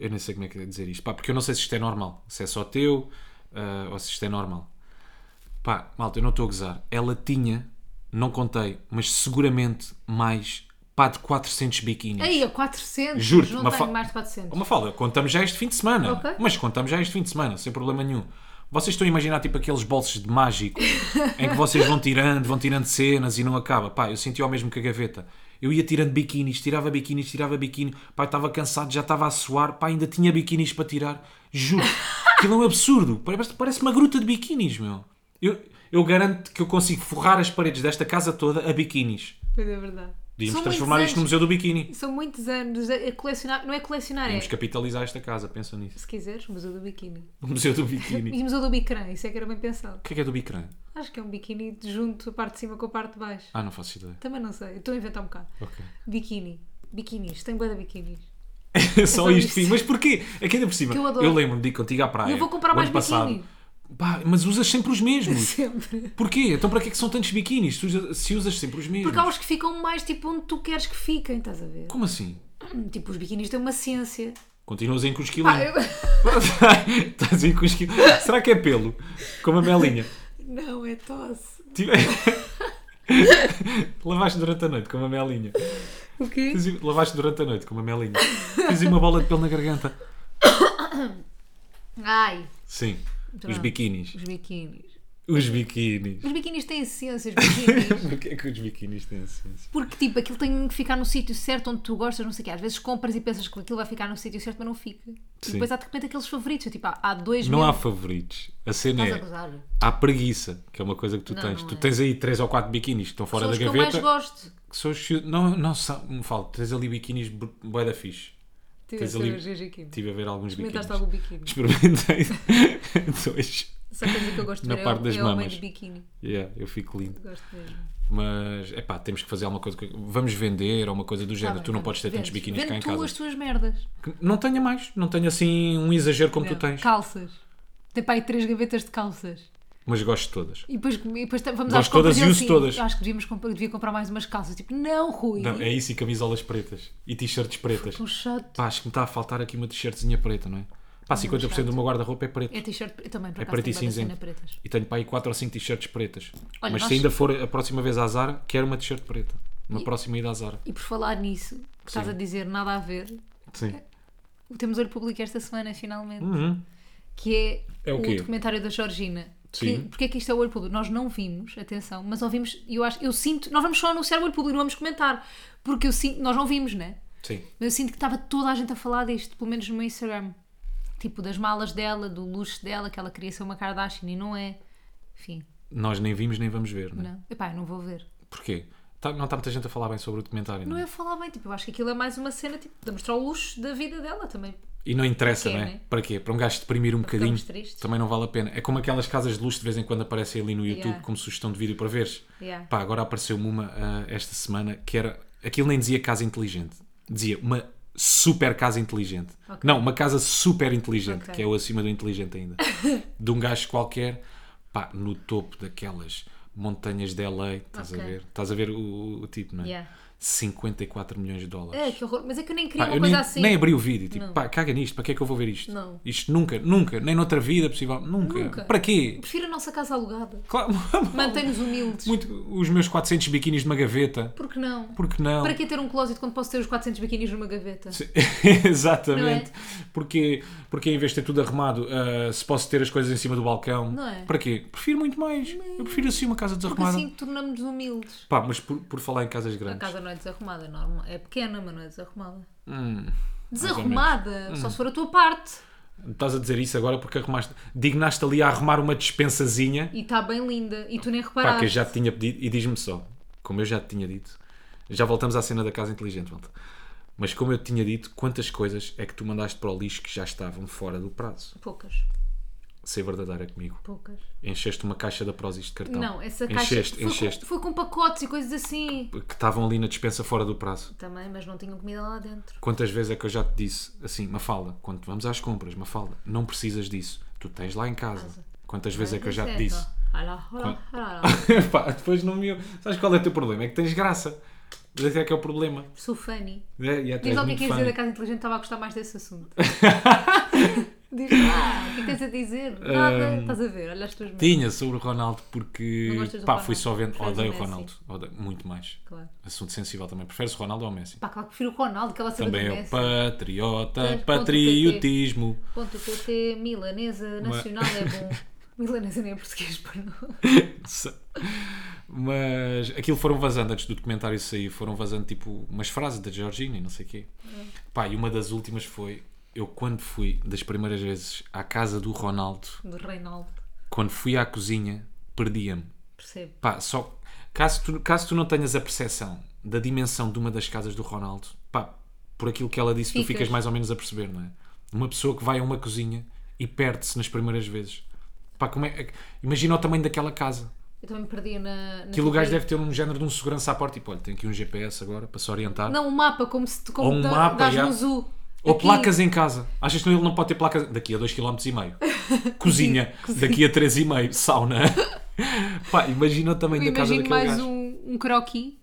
[SPEAKER 2] Eu nem sei como é que é dizer isto, pá, porque eu não sei se isto é normal, se é só teu ah, ou se isto é normal. Pá, malta, eu não estou a gozar. Ela tinha, não contei, mas seguramente mais pá de 400 biquínis.
[SPEAKER 1] Aí, a 400.
[SPEAKER 2] Juro-te,
[SPEAKER 1] é Não
[SPEAKER 2] uma
[SPEAKER 1] tenho
[SPEAKER 2] fa-
[SPEAKER 1] mais de 400.
[SPEAKER 2] Uma fala, contamos já este fim de semana.
[SPEAKER 1] Ok.
[SPEAKER 2] Mas contamos já este fim de semana, sem problema nenhum. Vocês estão a imaginar tipo aqueles bolsos de mágico em que vocês vão tirando, vão tirando cenas e não acaba. Pá, eu senti ao mesmo que a gaveta. Eu ia tirando biquinis, tirava biquinis, tirava biquíni. Pá, eu estava cansado, já estava a suar. Pá, ainda tinha biquinis para tirar. Juro. Aquilo é um absurdo. Parece, parece uma gruta de biquinis, meu. Eu, eu garanto que eu consigo forrar as paredes desta casa toda a biquinis.
[SPEAKER 1] Pois é verdade.
[SPEAKER 2] Podíamos
[SPEAKER 1] São
[SPEAKER 2] transformar
[SPEAKER 1] muitos
[SPEAKER 2] isto no
[SPEAKER 1] anos-
[SPEAKER 2] Museu do Biquíni.
[SPEAKER 1] São muitos anos a a colecionar. Não é colecionar, é.
[SPEAKER 2] Podíamos capitalizar esta casa, pensa nisso.
[SPEAKER 1] Se quiseres, Museu do Biquíni.
[SPEAKER 2] O Museu do Biquíni.
[SPEAKER 1] E Museu do Bicrã, isso é que era bem pensado.
[SPEAKER 2] O que é que é do Bicrã?
[SPEAKER 1] Acho que é um biquíni de junto a parte de cima com a parte de baixo.
[SPEAKER 2] Ah, não faço ideia.
[SPEAKER 1] Também não sei, eu estou a inventar um bocado.
[SPEAKER 2] Ok.
[SPEAKER 1] Biquíni. Biquinis, tem boa de biquinis.
[SPEAKER 2] Só
[SPEAKER 1] só
[SPEAKER 2] isto,
[SPEAKER 1] isto.
[SPEAKER 2] sim. Mas porquê? Aqui ainda por cima.
[SPEAKER 1] Que eu
[SPEAKER 2] Eu,
[SPEAKER 1] adoro.
[SPEAKER 2] lembro-me de ir contigo à praia.
[SPEAKER 1] Eu vou comprar
[SPEAKER 2] o
[SPEAKER 1] mais
[SPEAKER 2] ano passado.
[SPEAKER 1] biquíni.
[SPEAKER 2] Pá, mas usas sempre os mesmos.
[SPEAKER 1] Sempre.
[SPEAKER 2] Porquê? Então para que é que são tantos biquinis se usa- se usas sempre os mesmos?
[SPEAKER 1] Porque há uns que ficam mais tipo onde tu queres que fiquem, estás a ver?
[SPEAKER 2] Como assim?
[SPEAKER 1] Tipo, os biquinis têm uma ciência.
[SPEAKER 2] Continuas em com os quilinhos.
[SPEAKER 1] Ah, eu...
[SPEAKER 2] Estás em com os quilinhos. Será que é pelo? Como a Melinha.
[SPEAKER 1] Não, é tosse.
[SPEAKER 2] Tive- Lavaste durante a noite, como a Melinha.
[SPEAKER 1] O quê?
[SPEAKER 2] Tens aí- Lavaste durante a noite, como a Melinha. Tens aí uma bola de pelo na garganta.
[SPEAKER 1] Ai,
[SPEAKER 2] Sim. Os
[SPEAKER 1] Pronto.
[SPEAKER 2] biquinis.
[SPEAKER 1] os biquinis.
[SPEAKER 2] Os biquinis.
[SPEAKER 1] Os biquinis têm ciências, biquinis.
[SPEAKER 2] Porquê é que os biquinis têm ciência?
[SPEAKER 1] Porque, tipo, aquilo tem que ficar no sítio certo onde tu gostas, não sei o quê. Às vezes compras e pensas que aquilo vai ficar no sítio certo, mas não fica. E
[SPEAKER 2] Sim.
[SPEAKER 1] depois há, de repente, aqueles favoritos. Eu, Tipo, há, há dois
[SPEAKER 2] Não
[SPEAKER 1] mil...
[SPEAKER 2] há favoritos. A cena
[SPEAKER 1] Estás a
[SPEAKER 2] é.
[SPEAKER 1] gozar?
[SPEAKER 2] Há preguiça, que é uma coisa que tu
[SPEAKER 1] Não,
[SPEAKER 2] tens.
[SPEAKER 1] não
[SPEAKER 2] tu
[SPEAKER 1] é.
[SPEAKER 2] tens aí três ou quatro biquinis que estão fora
[SPEAKER 1] São os
[SPEAKER 2] da
[SPEAKER 1] que eu
[SPEAKER 2] gaveta.
[SPEAKER 1] mais gosto.
[SPEAKER 2] que são os que- Não, não são. Me falo, tens ali biquinis bu- bué da fixe.
[SPEAKER 1] Tive
[SPEAKER 2] Tens
[SPEAKER 1] essa
[SPEAKER 2] ali-
[SPEAKER 1] alergia aqui.
[SPEAKER 2] Estive a ver alguns
[SPEAKER 1] Experimentaste
[SPEAKER 2] biquinis.
[SPEAKER 1] algum biquíni.
[SPEAKER 2] Experimentei dois.
[SPEAKER 1] Só coisa que eu gosto de
[SPEAKER 2] Na
[SPEAKER 1] ver
[SPEAKER 2] parte
[SPEAKER 1] é, o-
[SPEAKER 2] das
[SPEAKER 1] é o homem
[SPEAKER 2] mamas.
[SPEAKER 1] de biquíni.
[SPEAKER 2] Yeah, eu fico lindo.
[SPEAKER 1] Gosto mesmo.
[SPEAKER 2] Mas, é pá, temos que fazer alguma coisa. que- Vamos vender ou uma coisa do género.
[SPEAKER 1] bem,
[SPEAKER 2] tu não
[SPEAKER 1] tá
[SPEAKER 2] podes ter
[SPEAKER 1] bem.
[SPEAKER 2] tantos
[SPEAKER 1] Vende-
[SPEAKER 2] biquinis cá em
[SPEAKER 1] vende tu as
[SPEAKER 2] casa.
[SPEAKER 1] tuas merdas.
[SPEAKER 2] Que Não tenha mais. Não tenha assim um exagero como
[SPEAKER 1] Não,
[SPEAKER 2] tu tens.
[SPEAKER 1] Calças. Tem para aí três gavetas de calças.
[SPEAKER 2] Mas gosto de todas.
[SPEAKER 1] E depois, e depois t- vamos
[SPEAKER 2] Gosto
[SPEAKER 1] às compras
[SPEAKER 2] todas
[SPEAKER 1] e
[SPEAKER 2] e
[SPEAKER 1] eu
[SPEAKER 2] uso
[SPEAKER 1] assim,
[SPEAKER 2] todas.
[SPEAKER 1] Acho que devíamos comprar, devia comprar mais umas calças. Tipo, não, Rui. Um
[SPEAKER 2] Não, é isso e camisolas pretas. E t-shirts pretas.
[SPEAKER 1] Tão chato.
[SPEAKER 2] Pá, acho que me está a faltar aqui uma t-shirtzinha preta, não é? Pá, 50% do meu guarda-roupa é preto.
[SPEAKER 1] É t-shirt, eu também, por
[SPEAKER 2] É
[SPEAKER 1] acaso,
[SPEAKER 2] preto e
[SPEAKER 1] tenho bué da cena
[SPEAKER 2] cinzento.
[SPEAKER 1] pretas.
[SPEAKER 2] E tenho para aí 4 ou 5 t-shirts pretas.
[SPEAKER 1] Olha,
[SPEAKER 2] Mas
[SPEAKER 1] nós-
[SPEAKER 2] se ainda for a próxima vez a azar, quero uma t-shirt preta. Uma próxima ida a azar.
[SPEAKER 1] E por falar nisso, que estás
[SPEAKER 2] Sim.
[SPEAKER 1] a dizer nada a ver,
[SPEAKER 2] Sim.
[SPEAKER 1] o Temos Olho Público esta semana, finalmente,
[SPEAKER 2] Uhum.
[SPEAKER 1] que é,
[SPEAKER 2] É o
[SPEAKER 1] o
[SPEAKER 2] quê?
[SPEAKER 1] documentário da Georgina.
[SPEAKER 2] Sim.
[SPEAKER 1] Que, porque é que isto é o Olho Público? Nós não vimos, atenção, mas ouvimos, eu acho, eu sinto, nós vamos só anunciar o Olho Público, não vamos comentar, porque eu sinto, nós não vimos, né?
[SPEAKER 2] Sim.
[SPEAKER 1] Mas eu sinto que estava toda a gente a falar disto, pelo menos no meu Instagram. Tipo, das malas dela, do luxo dela, que ela queria ser uma Kardashian e não é. Enfim,
[SPEAKER 2] Nós nem vimos nem vamos ver, né?
[SPEAKER 1] não. Epá, eu não vou ver.
[SPEAKER 2] Porquê? Tá- não está muita gente a falar bem sobre o documentário,
[SPEAKER 1] Não
[SPEAKER 2] né?
[SPEAKER 1] é falar bem, tipo, eu acho que aquilo é mais uma cena, tipo, de mostrar o luxo da vida dela também.
[SPEAKER 2] E não interessa,
[SPEAKER 1] Quer,
[SPEAKER 2] não é?
[SPEAKER 1] né?
[SPEAKER 2] Para quê? Para um gajo deprimir um bocadinho.
[SPEAKER 1] ficamos tristes.
[SPEAKER 2] Também não vale a pena. É como aquelas casas de luxo de vez em quando aparecem ali no YouTube
[SPEAKER 1] Yeah.
[SPEAKER 2] como sugestão de vídeo para veres.
[SPEAKER 1] Yeah.
[SPEAKER 2] Pá, agora apareceu-me uma ah, esta semana que era. Aquilo nem dizia casa inteligente. Dizia uma super casa inteligente.
[SPEAKER 1] Ok.
[SPEAKER 2] Não, uma casa super inteligente,
[SPEAKER 1] Ok.
[SPEAKER 2] que é o acima do inteligente ainda. de um gajo qualquer, pá, no topo daquelas montanhas de LA, estás
[SPEAKER 1] Ok.
[SPEAKER 2] a ver? Estás a ver o, o tipo, não é?
[SPEAKER 1] Yeah.
[SPEAKER 2] 54 milhões de dólares.
[SPEAKER 1] É, que horror. Mas é que eu nem queria uma
[SPEAKER 2] Pá, Ah, eu
[SPEAKER 1] coisa
[SPEAKER 2] nem,
[SPEAKER 1] assim.
[SPEAKER 2] nem abri o vídeo, tipo,
[SPEAKER 1] Não.
[SPEAKER 2] pá, caga nisto, para que é que eu vou ver isto?
[SPEAKER 1] Não.
[SPEAKER 2] Isto nunca, nunca, nem noutra vida possível, nunca.
[SPEAKER 1] Nunca.
[SPEAKER 2] Para quê?
[SPEAKER 1] Prefiro a nossa casa alugada.
[SPEAKER 2] Claro,
[SPEAKER 1] Mantém-nos humildes.
[SPEAKER 2] muito, os meus 400 biquinis numa gaveta,
[SPEAKER 1] Porque não?
[SPEAKER 2] porque não?
[SPEAKER 1] Para que ter um closet quando posso ter os 400 biquinis numa gaveta?
[SPEAKER 2] Exatamente,
[SPEAKER 1] é?
[SPEAKER 2] porque, porque em vez de ter tudo arrumado, ah, se posso ter as coisas em cima do balcão,
[SPEAKER 1] Não é?
[SPEAKER 2] para quê? Prefiro muito mais, eu prefiro assim uma casa
[SPEAKER 1] Porque
[SPEAKER 2] desarrumada.
[SPEAKER 1] assim tornamos-nos humildes.
[SPEAKER 2] Pá, mas por, por falar em casas
[SPEAKER 1] A
[SPEAKER 2] grandes,
[SPEAKER 1] casa não é desarrumada, é normal. É pequena, mas não é desarrumada.
[SPEAKER 2] Hum,
[SPEAKER 1] Desarrumada! Só se for a tua parte.
[SPEAKER 2] estás a dizer isso agora porque arrumaste, dignaste ali a arrumar uma dispensazinha.
[SPEAKER 1] E está bem linda. E tu nem
[SPEAKER 2] Pá, que eu
[SPEAKER 1] reparaste.
[SPEAKER 2] já te tinha pedido, e diz-me só, como eu já te tinha dito, já voltamos à cena da casa inteligente, volta. Mas como eu te tinha dito, quantas coisas é que tu mandaste para o lixo que já estavam fora do prazo?
[SPEAKER 1] Poucas.
[SPEAKER 2] Ser verdadeira comigo.
[SPEAKER 1] Poucas.
[SPEAKER 2] Encheste uma caixa da Prozis de cartão.
[SPEAKER 1] não, essa caixa
[SPEAKER 2] Então, encheste,
[SPEAKER 1] foi,
[SPEAKER 2] Encheste,
[SPEAKER 1] Com, foi com pacotes e coisas assim.
[SPEAKER 2] Que estavam ali na dispensa fora do prazo.
[SPEAKER 1] Também, mas não tinham comida lá dentro.
[SPEAKER 2] Quantas vezes é que eu já te disse, assim, Mafalda, quando vamos às compras, Mafalda, não precisas disso. Tu tens lá em casa. Quantas vezes é que eu já te disse?
[SPEAKER 1] Olha, olha, olha.
[SPEAKER 2] Pá, depois não me... Sabes qual é o teu problema? É que tens graça. Esse é que é o problema.
[SPEAKER 1] Sou funny.
[SPEAKER 2] É, e até
[SPEAKER 1] Diz
[SPEAKER 2] és
[SPEAKER 1] lá o que é
[SPEAKER 2] muito
[SPEAKER 1] que queres
[SPEAKER 2] fã.
[SPEAKER 1] dizer da casa inteligente, estava a gostar mais desse assunto. Diz lá, o que é que tens a dizer?
[SPEAKER 2] Hum.
[SPEAKER 1] Nada, estás a ver, olha as tuas mãos.
[SPEAKER 2] Tinha sobre o Ronaldo porque
[SPEAKER 1] Não gostas do
[SPEAKER 2] pá,
[SPEAKER 1] Ronaldo?
[SPEAKER 2] fui só vendo.
[SPEAKER 1] Preferes o
[SPEAKER 2] Odeio o
[SPEAKER 1] Messi?
[SPEAKER 2] Ronaldo. Odeio, muito mais.
[SPEAKER 1] Claro.
[SPEAKER 2] Assunto sensível também. Preferes o Ronaldo ou o Messi?
[SPEAKER 1] Pá, claro que prefiro o Ronaldo, aquela cena
[SPEAKER 2] também
[SPEAKER 1] do
[SPEAKER 2] é o
[SPEAKER 1] Messi.
[SPEAKER 2] patriota,
[SPEAKER 1] Mas ponto
[SPEAKER 2] patriotismo.
[SPEAKER 1] Ponto PT, milanesa, nacional é bom. Milanesa nem é português para não.
[SPEAKER 2] Se- Mas aquilo foram vazando antes do documentário sair, foram vazando tipo umas frases da Georgina e não sei o quê.
[SPEAKER 1] É.
[SPEAKER 2] Pá, e uma das últimas foi: eu quando fui das primeiras vezes à casa do Ronaldo,
[SPEAKER 1] Do Reinaldo,
[SPEAKER 2] quando fui à cozinha, perdia-me.
[SPEAKER 1] percebo.
[SPEAKER 2] Pá, só caso tu, caso tu não tenhas a percepção da dimensão de uma das casas do Ronaldo, pá, por aquilo que ela disse, tu
[SPEAKER 1] Ficas.
[SPEAKER 2] ficas mais ou menos a perceber, não é? Uma pessoa que vai a uma cozinha e perde-se nas primeiras vezes. Pá, como é, imagina o tamanho daquela casa.
[SPEAKER 1] Eu também me perdi na. na
[SPEAKER 2] Aquilo o gajo
[SPEAKER 1] TV.
[SPEAKER 2] deve ter um género de um segurança à porta, tipo, olha, tem aqui um GPS agora para se orientar.
[SPEAKER 1] Não, um mapa, como se te como
[SPEAKER 2] Ou um
[SPEAKER 1] da-
[SPEAKER 2] mapa,
[SPEAKER 1] dás
[SPEAKER 2] já.
[SPEAKER 1] no zoo.
[SPEAKER 2] Ou
[SPEAKER 1] Aqui.
[SPEAKER 2] placas em casa. Achas que ele não pode ter placas daqui a 2,5 km? Cozinha, daqui a 3,5 sauna. Pá, imagina o tamanho
[SPEAKER 1] Eu
[SPEAKER 2] da casa
[SPEAKER 1] imagino
[SPEAKER 2] daquele
[SPEAKER 1] mais
[SPEAKER 2] gajo.
[SPEAKER 1] um, um croquis.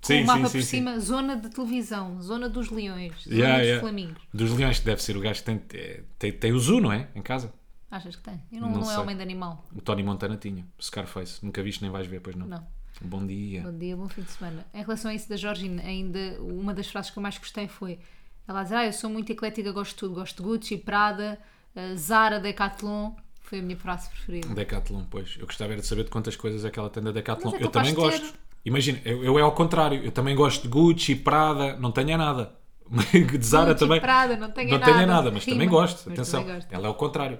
[SPEAKER 1] Com
[SPEAKER 2] Sim,
[SPEAKER 1] um
[SPEAKER 2] sim,
[SPEAKER 1] mapa
[SPEAKER 2] sim,
[SPEAKER 1] por
[SPEAKER 2] sim.
[SPEAKER 1] cima, zona de televisão, zona dos leões, zona
[SPEAKER 2] Yeah,
[SPEAKER 1] dos
[SPEAKER 2] yeah.
[SPEAKER 1] flamingos.
[SPEAKER 2] Dos leões, que deve ser o gajo que tem, é, tem, tem o zoo, não é? Em casa.
[SPEAKER 1] Achas que tem? Eu não,
[SPEAKER 2] Não
[SPEAKER 1] não, é
[SPEAKER 2] sei.
[SPEAKER 1] homem de animal.
[SPEAKER 2] O Tony Montana tinha. O Scarface. Nunca viste nem vais ver, pois não?
[SPEAKER 1] Não.
[SPEAKER 2] Bom dia.
[SPEAKER 1] Bom dia, bom fim de semana. Em relação a isso da Georgina, ainda uma das frases que eu mais gostei foi ela a dizer, ah, eu sou muito eclética, gosto de tudo, gosto de Gucci, Prada, eh, Zara, Decathlon, foi a minha frase preferida.
[SPEAKER 2] Um Decathlon, pois. Eu gostava era de saber de quantas coisas é que ela tem da Decathlon.
[SPEAKER 1] Mas é
[SPEAKER 2] eu
[SPEAKER 1] capaz
[SPEAKER 2] também
[SPEAKER 1] de ter.
[SPEAKER 2] gosto. Imagina, eu, eu é ao contrário. Eu também gosto de Gucci, Prada, não tenho é nada. De Zara
[SPEAKER 1] Gucci,
[SPEAKER 2] também.
[SPEAKER 1] Prada, não tenho é
[SPEAKER 2] não tenho é
[SPEAKER 1] nada.
[SPEAKER 2] nada, mas
[SPEAKER 1] Rima.
[SPEAKER 2] também gosto.
[SPEAKER 1] Mas
[SPEAKER 2] Atenção,
[SPEAKER 1] também gosto.
[SPEAKER 2] ela é ao contrário.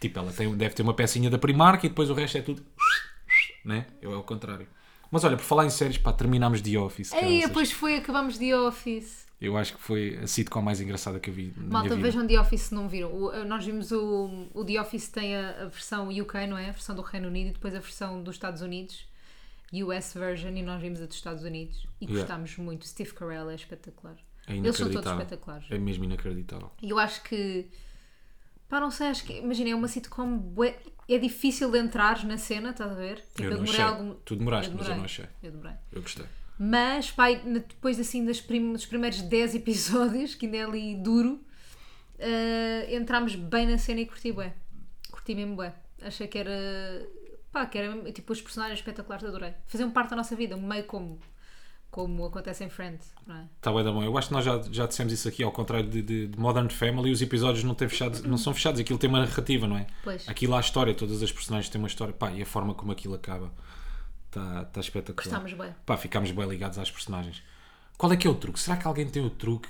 [SPEAKER 2] Tipo, ela tem, deve ter uma pecinha da Primark e depois o resto é tudo. Né? Eu é ao contrário. Mas olha, por falar em séries, pá, terminámos The Office.
[SPEAKER 1] Aí,
[SPEAKER 2] caraças.
[SPEAKER 1] pois foi, acabamos The Office.
[SPEAKER 2] Eu acho que foi a sitcom mais engraçada que eu vi na
[SPEAKER 1] Malta,
[SPEAKER 2] minha vida.
[SPEAKER 1] vejam The Office se não viram. O- eh, nós vimos o, o The Office tem a, a versão UK, não é? A versão do Reino Unido e depois a versão dos Estados Unidos. US version e nós vimos a dos Estados Unidos e
[SPEAKER 2] Yeah.
[SPEAKER 1] gostámos muito. Steve Carell é espetacular.
[SPEAKER 2] É
[SPEAKER 1] Eles são todos
[SPEAKER 2] inacreditável.
[SPEAKER 1] espetaculares.
[SPEAKER 2] É mesmo inacreditável.
[SPEAKER 1] E eu acho que. Pá, não sei, acho que. Imagina, é uma sitcom. bué- é difícil de entrar na cena, estás a ver? Tipo,
[SPEAKER 2] Eu não achei. Tu demoraste,
[SPEAKER 1] eu
[SPEAKER 2] mas eu não achei.
[SPEAKER 1] Eu demorei.
[SPEAKER 2] Eu gostei.
[SPEAKER 1] Mas, pá, e na- depois assim das prim- dos primeiros 10 episódios, que ainda é ali duro, ah, entrámos bem na cena e curti bué. Curti mesmo bué. Achei que era. pá, que era mesmo- tipo os personagens espetaculares, adorei. Faziam parte da nossa vida, meio como. como acontece em Friends, não é?
[SPEAKER 2] Está bem Tá da mão. Eu acho que nós já, já dissemos isso aqui, ao contrário de, de- de Modern Family, os episódios não, têm fechados, não são fechados, aquilo tem uma narrativa, não é?
[SPEAKER 1] Pois.
[SPEAKER 2] Aquilo há história, todas as personagens têm uma história. Pá, e a forma como aquilo acaba está tá espetacular.
[SPEAKER 1] Gostámos bem.
[SPEAKER 2] Pá, ficámos bem ligados às personagens. Qual é que é o truque? Será que alguém tem o truque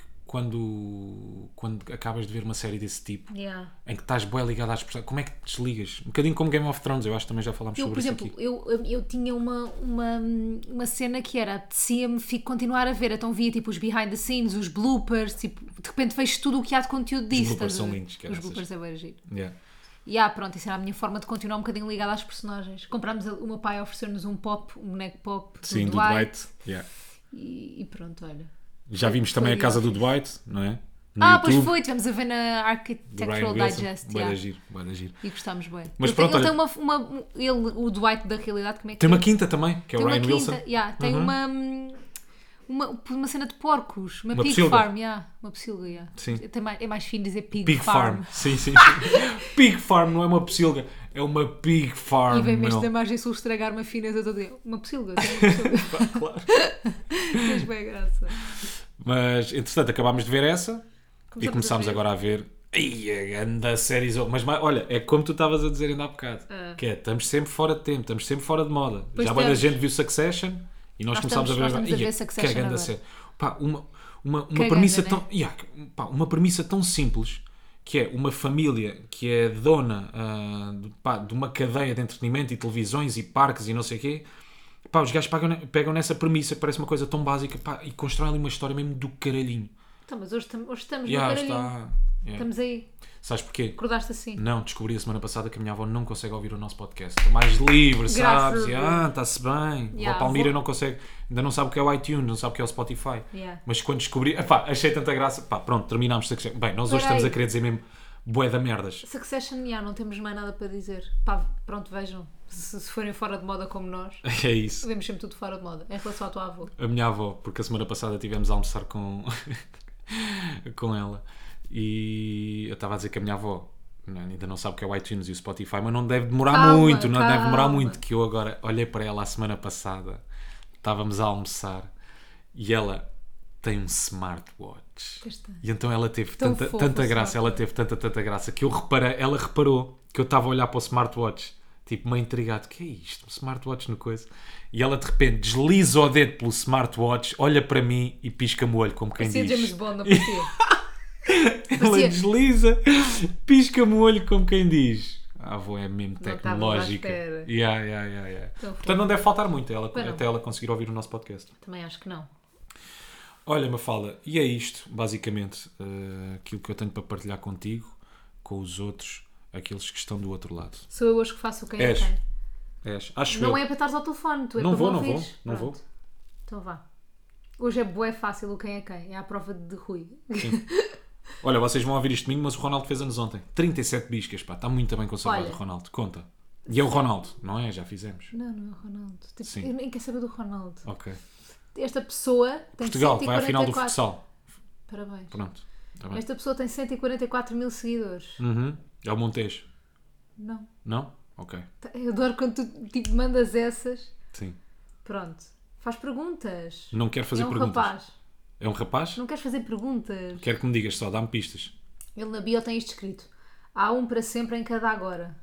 [SPEAKER 2] quando, quando acabas de ver uma série desse tipo?
[SPEAKER 1] Yeah.
[SPEAKER 2] Em que estás bem ligado às personagens? Como é que te desligas? Um bocadinho como Game of Thrones, eu acho que também já falámos
[SPEAKER 1] Eu,
[SPEAKER 2] sobre
[SPEAKER 1] por exemplo,
[SPEAKER 2] isso aqui.
[SPEAKER 1] eu, eu, eu tinha uma, uma, uma cena que era apetecia-me fi- continuar a ver, então via tipo os behind the scenes, os bloopers, tipo, de repente vejo tudo o que há de conteúdo disso.
[SPEAKER 2] bloopers
[SPEAKER 1] estás a
[SPEAKER 2] são
[SPEAKER 1] ver?
[SPEAKER 2] lindos,
[SPEAKER 1] Os
[SPEAKER 2] caraças.
[SPEAKER 1] bloopers é bem giro.
[SPEAKER 2] Yeah.
[SPEAKER 1] E ah, pronto, isso era a minha forma de continuar um bocadinho ligada às personagens. Comprámos, a- o meu pai ofereceu-nos um pop, um boneco pop do
[SPEAKER 2] Sim, do
[SPEAKER 1] Dwight.
[SPEAKER 2] Dwight. Yeah.
[SPEAKER 1] E, e pronto, olha.
[SPEAKER 2] Já vimos também a
[SPEAKER 1] The
[SPEAKER 2] casa do Dwight, não é? No
[SPEAKER 1] ah,
[SPEAKER 2] YouTube.
[SPEAKER 1] pois foi, tivemos a ver na
[SPEAKER 2] do Ryan
[SPEAKER 1] Architectural
[SPEAKER 2] Wilson.
[SPEAKER 1] Digest.
[SPEAKER 2] Bué da
[SPEAKER 1] yeah.
[SPEAKER 2] giro, bué da giro.
[SPEAKER 1] E gostámos bem.
[SPEAKER 2] Mas
[SPEAKER 1] ele
[SPEAKER 2] pronto,
[SPEAKER 1] tem, ele tem uma, uma- Ele, o Dwight da realidade, como é que
[SPEAKER 2] Tem
[SPEAKER 1] é?
[SPEAKER 2] uma quinta também, que é
[SPEAKER 1] tem
[SPEAKER 2] o
[SPEAKER 1] uma
[SPEAKER 2] Ryan Wilson. Uhum.
[SPEAKER 1] quinta, yeah, tem uma, hum, uma uma cena de porcos, uma,
[SPEAKER 2] Uma
[SPEAKER 1] pig
[SPEAKER 2] pocilga.
[SPEAKER 1] farm, yeah, uma pocilga, yeah.
[SPEAKER 2] Sim.
[SPEAKER 1] Tem mais- é mais fino dizer pig,
[SPEAKER 2] Pig
[SPEAKER 1] farm.
[SPEAKER 2] Farm. Sim, sim. pig Farm não é uma pocilga, é uma Pig Farm.
[SPEAKER 1] E vem-me
[SPEAKER 2] meu.
[SPEAKER 1] esta margem sul estragar uma fina, eu estou a dizer, uma pocilga, tem uma pocilga,
[SPEAKER 2] Pá, claro.
[SPEAKER 1] tens bem graça.
[SPEAKER 2] Mas, entretanto, acabámos de ver essa e
[SPEAKER 1] a
[SPEAKER 2] começámos
[SPEAKER 1] ver.
[SPEAKER 2] agora a ver. Ai, a grande série. zo- Mas, ma- olha, é como tu estavas a dizer ainda há bocado:
[SPEAKER 1] Ah.
[SPEAKER 2] que é, estamos sempre fora de tempo, estamos sempre fora de moda.
[SPEAKER 1] Pois
[SPEAKER 2] Já bem a
[SPEAKER 1] estamos.
[SPEAKER 2] gente viu Succession e nós,
[SPEAKER 1] Nós estamos-
[SPEAKER 2] começámos
[SPEAKER 1] nós
[SPEAKER 2] a ver
[SPEAKER 1] estamos a
[SPEAKER 2] Ia,
[SPEAKER 1] ver Succession
[SPEAKER 2] que é grande
[SPEAKER 1] agora.
[SPEAKER 2] série. Pá, uma, uma, uma
[SPEAKER 1] grande,
[SPEAKER 2] premissa
[SPEAKER 1] né?
[SPEAKER 2] tão. Ya, pá, uma premissa tão simples que é uma família que é dona ah, de, pá, de uma cadeia de entretenimento e televisões e parques e não sei o quê. Pá, os gajos pagam- pegam nessa premissa que parece uma coisa tão básica pá, e constroem ali uma história mesmo do caralhinho.
[SPEAKER 1] Então, mas hoje, tam- hoje estamos
[SPEAKER 2] Ya,
[SPEAKER 1] no caralhinho,
[SPEAKER 2] está. Hum. Ya.
[SPEAKER 1] estamos aí,
[SPEAKER 2] Sabes porquê?
[SPEAKER 1] acordaste assim.
[SPEAKER 2] Não, descobri a semana passada que a minha avó não consegue ouvir o nosso podcast. Estou mais livre,
[SPEAKER 1] Graças
[SPEAKER 2] sabes?
[SPEAKER 1] a
[SPEAKER 2] Ah, está-se bem.
[SPEAKER 1] Yeah,
[SPEAKER 2] a Palmira
[SPEAKER 1] vou-
[SPEAKER 2] não consegue, ainda não sabe o que é o iTunes, não sabe o que é o Spotify.
[SPEAKER 1] Yeah.
[SPEAKER 2] Mas quando descobri, epá, achei tanta graça. Pá, pronto, terminámos. Succession. Bem, nós hoje
[SPEAKER 1] Peraí.
[SPEAKER 2] estamos a querer dizer mesmo bué da merdas.
[SPEAKER 1] Succession, yeah, não temos mais nada para dizer. Pá, pronto, vejam, se, se forem fora de moda como nós,
[SPEAKER 2] É isso.
[SPEAKER 1] vemos sempre tudo fora de moda, em relação à tua avó.
[SPEAKER 2] A minha avó, porque a semana passada tivemos a almoçar com, com ela e eu estava a dizer que a minha avó não, ainda não sabe o que é o iTunes e o Spotify, mas não deve demorar
[SPEAKER 1] Calma,
[SPEAKER 2] muito, não deve demorar
[SPEAKER 1] calma.
[SPEAKER 2] muito. Que eu agora olhei para ela a semana passada, estávamos a almoçar e ela tem um smartwatch.
[SPEAKER 1] Pois tem.
[SPEAKER 2] E então ela teve
[SPEAKER 1] Tão
[SPEAKER 2] tanta,
[SPEAKER 1] fofo
[SPEAKER 2] tanta
[SPEAKER 1] o
[SPEAKER 2] graça, ela teve tanta, tanta graça que eu reparei, ela reparou que eu estava a olhar para o smartwatch, tipo meio intrigado: que é isto? Um smartwatch no coisa. E ela de repente desliza o dedo pelo smartwatch, olha para mim e pisca-me o olho, como quem
[SPEAKER 1] Parecia
[SPEAKER 2] diz.
[SPEAKER 1] James Bond, não parecia?
[SPEAKER 2] Ela
[SPEAKER 1] Parecia-
[SPEAKER 2] desliza, pisca-me o olho como quem diz. A avó é mesmo
[SPEAKER 1] estava à
[SPEAKER 2] tecnológica.
[SPEAKER 1] espera.
[SPEAKER 2] Yeah, yeah, yeah, yeah.
[SPEAKER 1] Tão
[SPEAKER 2] Portanto, não deve faltar muito ela-
[SPEAKER 1] Pois não.
[SPEAKER 2] até ela conseguir ouvir o nosso podcast.
[SPEAKER 1] Também acho que não.
[SPEAKER 2] Olha, Mafalda, e é isto, basicamente, eh, aquilo que eu tenho para partilhar contigo, com os outros, aqueles que estão do outro lado.
[SPEAKER 1] Sou eu hoje que faço o quem é
[SPEAKER 2] És.
[SPEAKER 1] quem.
[SPEAKER 2] És, acho
[SPEAKER 1] Não
[SPEAKER 2] eu.
[SPEAKER 1] é para estares ao telefone, tu é
[SPEAKER 2] Não
[SPEAKER 1] para
[SPEAKER 2] vou,
[SPEAKER 1] me
[SPEAKER 2] não vou,
[SPEAKER 1] ouvires.
[SPEAKER 2] não
[SPEAKER 1] Pronto.
[SPEAKER 2] vou.
[SPEAKER 1] Então vá. Hoje é bué fácil o quem é quem. É à prova de Rui.
[SPEAKER 2] Olha, vocês vão ouvir isto domingo, mas o Ronaldo fez-nos ontem. 37 biscas, pá, está muito bem conservado
[SPEAKER 1] Olha.
[SPEAKER 2] o Ronaldo, conta. E é o Ronaldo, não é? Já fizemos.
[SPEAKER 1] Não, não é o Ronaldo. Tipo,
[SPEAKER 2] Sim.
[SPEAKER 1] Eu nem quero saber do Ronaldo.
[SPEAKER 2] Ok.
[SPEAKER 1] Esta pessoa tem
[SPEAKER 2] Portugal,
[SPEAKER 1] 144...
[SPEAKER 2] vai à final do futsal.
[SPEAKER 1] Parabéns.
[SPEAKER 2] Pronto, é? está bem.
[SPEAKER 1] Esta pessoa tem 144 mil seguidores.
[SPEAKER 2] Uhum. É o Montes,
[SPEAKER 1] Não.
[SPEAKER 2] não? Ok,
[SPEAKER 1] Eu adoro quando tu tipo, mandas essas.
[SPEAKER 2] sim.
[SPEAKER 1] Pronto. Faz perguntas.
[SPEAKER 2] Não quero fazer
[SPEAKER 1] é um
[SPEAKER 2] perguntas.
[SPEAKER 1] rapaz.
[SPEAKER 2] É um rapaz?
[SPEAKER 1] Não queres fazer perguntas.
[SPEAKER 2] Quero que me digas só, dá-me pistas.
[SPEAKER 1] Ele na bio tem isto escrito. Há um para sempre em cada agora.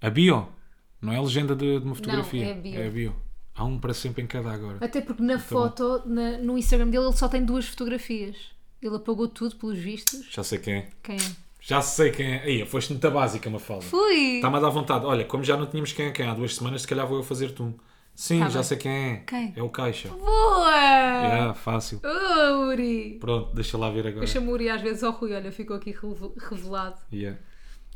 [SPEAKER 2] A bio? Não é a legenda de, de uma fotografia.
[SPEAKER 1] é a bio.
[SPEAKER 2] É a bio. Há um para sempre em cada agora.
[SPEAKER 1] Até porque na foto, na- no Instagram dele, ele só tem duas fotografias. Ele apagou tudo, pelos vistos.
[SPEAKER 2] Já sei quem é.
[SPEAKER 1] Quem é?
[SPEAKER 2] Já sei quem é. Aí, foste muito básica, Mafalda.
[SPEAKER 1] Fui!
[SPEAKER 2] Está-me a dar vontade. Olha, como já não tínhamos quem é quem há duas semanas, se calhar vou eu fazer-te um. Sim,
[SPEAKER 1] Tá
[SPEAKER 2] já
[SPEAKER 1] bem.
[SPEAKER 2] sei quem é.
[SPEAKER 1] Quem?
[SPEAKER 2] É o Caixa.
[SPEAKER 1] Boa!
[SPEAKER 2] Ah, fácil.
[SPEAKER 1] Oh, Uri!
[SPEAKER 2] Pronto, deixa lá ver agora.
[SPEAKER 1] Eu chamo Uri às vezes ao Rui, olha, ficou aqui revel- revelado
[SPEAKER 2] Yeah.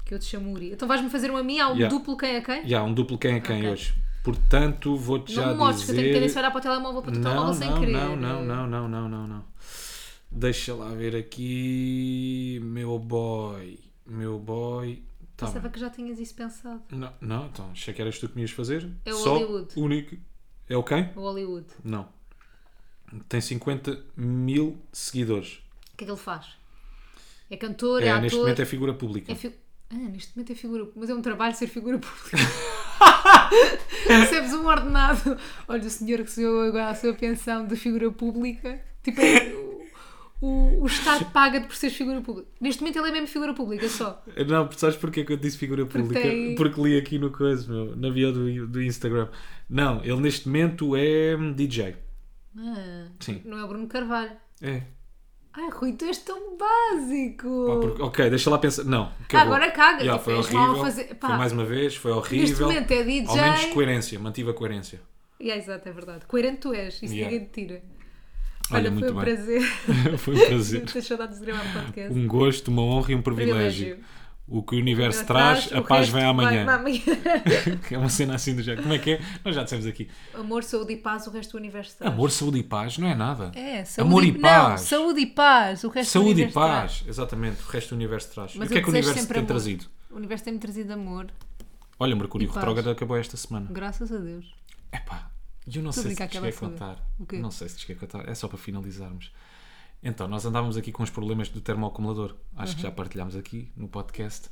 [SPEAKER 1] que eu te chamo Uri. Então vais-me fazer um a mim, há um
[SPEAKER 2] Yeah.
[SPEAKER 1] duplo quem é quem?
[SPEAKER 2] Já, um duplo quem é quem
[SPEAKER 1] Ok.
[SPEAKER 2] hoje. Portanto, vou-te já
[SPEAKER 1] não me mostres
[SPEAKER 2] dizer...
[SPEAKER 1] que eu tenho tendência a olhar para o telemóvel, para o teu
[SPEAKER 2] não,
[SPEAKER 1] telemóvel
[SPEAKER 2] não,
[SPEAKER 1] sem querer.
[SPEAKER 2] não, não, não, não, não, não, não. Deixa lá ver aqui. Meu boy. Meu boy. Tá
[SPEAKER 1] Pensava
[SPEAKER 2] bem.
[SPEAKER 1] que já tinhas isso pensado.
[SPEAKER 2] Não, não, então, achei que eras tu que me ias fazer.
[SPEAKER 1] É o
[SPEAKER 2] Só
[SPEAKER 1] Hollywood.
[SPEAKER 2] único. É o quem?
[SPEAKER 1] O Hollywood.
[SPEAKER 2] Não. Tem 50 mil seguidores.
[SPEAKER 1] O que é que ele faz? É É cantor, é,
[SPEAKER 2] É,
[SPEAKER 1] ator.
[SPEAKER 2] neste momento é figura pública.
[SPEAKER 1] É fi- Ah, neste momento é figura mas é um trabalho ser figura pública. Recebes um ordenado. Olha, o senhor recebeu agora a sua pensão de figura pública. Tipo, é- o, o, o Estado paga-te por seres figura pública. Neste momento ele é mesmo figura pública só.
[SPEAKER 2] Eh, Não, sabes porquê que eu disse figura pública?
[SPEAKER 1] tem-
[SPEAKER 2] Porque li aqui no coisa, meu, na bio do, do Instagram. Não, ele neste momento é DJ.
[SPEAKER 1] Ah,
[SPEAKER 2] Sim.
[SPEAKER 1] Não é o Bruno Carvalho.
[SPEAKER 2] É.
[SPEAKER 1] Ai, Rui, tu és tão básico.
[SPEAKER 2] Pá, porque- ok, deixa lá pensar. Não, acabou.
[SPEAKER 1] Oh. agora caga,
[SPEAKER 2] Já,
[SPEAKER 1] tipo,
[SPEAKER 2] foi
[SPEAKER 1] és mal a
[SPEAKER 2] horrível.
[SPEAKER 1] fazer- pá.
[SPEAKER 2] Foi mais uma vez, foi horrível.
[SPEAKER 1] momento é DJ.
[SPEAKER 2] Ao menos coerência, mantive a coerência.
[SPEAKER 1] Yeah, exato, é verdade. Coerente tu és, isso
[SPEAKER 2] Yeah.
[SPEAKER 1] ninguém te tira.
[SPEAKER 2] Olha,
[SPEAKER 1] Olha, foi
[SPEAKER 2] muito
[SPEAKER 1] um
[SPEAKER 2] bem.
[SPEAKER 1] prazer.
[SPEAKER 2] foi um prazer.
[SPEAKER 1] Muitas saudades de gravar um podcast.
[SPEAKER 2] Um gosto, uma honra e um privilégio.
[SPEAKER 1] Privilégio.
[SPEAKER 2] O que o universo
[SPEAKER 1] Agora
[SPEAKER 2] traz,
[SPEAKER 1] o
[SPEAKER 2] a paz
[SPEAKER 1] resto
[SPEAKER 2] vem amanhã.
[SPEAKER 1] vai amanhã.
[SPEAKER 2] é uma cena assim do género. Como é que é? Nós já dissemos aqui.
[SPEAKER 1] Amor, saúde e paz, o resto do universo traz.
[SPEAKER 2] Amor, saúde e paz não é nada.
[SPEAKER 1] É, saúde
[SPEAKER 2] Amor
[SPEAKER 1] e,
[SPEAKER 2] e paz.
[SPEAKER 1] Não, saúde e paz, o resto do
[SPEAKER 2] Saúde e
[SPEAKER 1] universo traz.
[SPEAKER 2] paz, exatamente. O resto do universo traz.
[SPEAKER 1] Mas
[SPEAKER 2] e o que é
[SPEAKER 1] eu
[SPEAKER 2] que o
[SPEAKER 1] desejo
[SPEAKER 2] universo
[SPEAKER 1] sempre
[SPEAKER 2] tem
[SPEAKER 1] amor.
[SPEAKER 2] trazido?
[SPEAKER 1] O universo tem-me trazido amor,
[SPEAKER 2] Olha, Mercúrio
[SPEAKER 1] E paz.
[SPEAKER 2] Retrógrado acabou esta semana.
[SPEAKER 1] graças a Deus.
[SPEAKER 2] Epá, eu
[SPEAKER 1] Estou
[SPEAKER 2] não
[SPEAKER 1] a
[SPEAKER 2] sei se
[SPEAKER 1] brincar
[SPEAKER 2] te
[SPEAKER 1] que
[SPEAKER 2] cheguei a
[SPEAKER 1] acaba de saber.
[SPEAKER 2] contar.
[SPEAKER 1] O quê?
[SPEAKER 2] Não sei se te cheguei a contar. É só para finalizarmos. Então, nós andávamos aqui com os problemas do termoacumulador. Acho que já
[SPEAKER 1] Uhum.
[SPEAKER 2] partilhámos aqui no podcast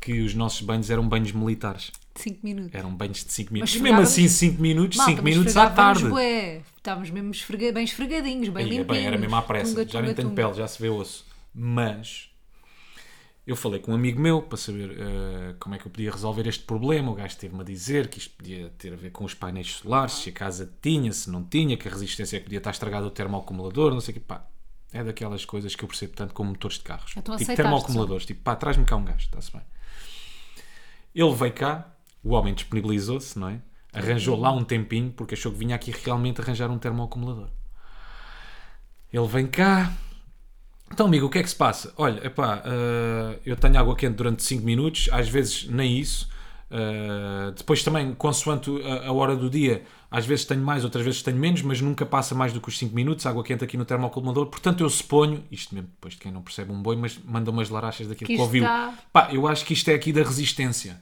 [SPEAKER 2] que os nossos banhos eram banhos militares.
[SPEAKER 1] De 5 minutos.
[SPEAKER 2] Eram banhos de 5 minutos.
[SPEAKER 1] Mas
[SPEAKER 2] E mesmo
[SPEAKER 1] esfregávamos-
[SPEAKER 2] assim, 5 minutos,
[SPEAKER 1] Malta,
[SPEAKER 2] 5
[SPEAKER 1] mas
[SPEAKER 2] É. minutos à
[SPEAKER 1] esfregávamos,
[SPEAKER 2] tarde.
[SPEAKER 1] bué. Estávamos mesmo esfrega- bem esfregadinhos, bem
[SPEAKER 2] Aí,
[SPEAKER 1] limpinhos.
[SPEAKER 2] É,
[SPEAKER 1] Um
[SPEAKER 2] bem, era mesmo à pressa,
[SPEAKER 1] Tunga,
[SPEAKER 2] já nem
[SPEAKER 1] tunga,
[SPEAKER 2] tenho
[SPEAKER 1] tunga.
[SPEAKER 2] pele, já se vê osso. Mas eu falei com um amigo meu para saber eh, como é que eu podia resolver este problema. O gajo teve-me a dizer que isto podia ter a ver com os painéis solares, se a casa tinha, se não tinha, que a resistência é que podia estar estragada do termoacumulador, não sei o que. Pá, é daquelas coisas que eu percebo tanto como motores de carros.
[SPEAKER 1] Então
[SPEAKER 2] tipo
[SPEAKER 1] aceitaste,
[SPEAKER 2] termoacumuladores, tipo pá, traz-me cá um gajo, está-se bem. Ele veio cá, o homem disponibilizou-se, não é? Arranjou
[SPEAKER 1] Uhum.
[SPEAKER 2] lá um tempinho, porque achou que vinha aqui realmente arranjar um termoacumulador. Ele vem cá. Então, amigo, o que é que se passa? Olha, epá, eh, eu tenho água quente durante 5 minutos, às vezes nem isso. Eh, depois também, consoante eh, a, a hora do dia, às vezes tenho mais, outras vezes tenho menos, mas nunca passa mais do que os 5 minutos. Água quente aqui no termoacumulador, portanto, eu suponho, isto mesmo depois de quem não percebe um boi, mas manda umas larachas daquilo
[SPEAKER 1] Que
[SPEAKER 2] que, ouviu.
[SPEAKER 1] está-
[SPEAKER 2] Pá, eu acho que isto é aqui da resistência.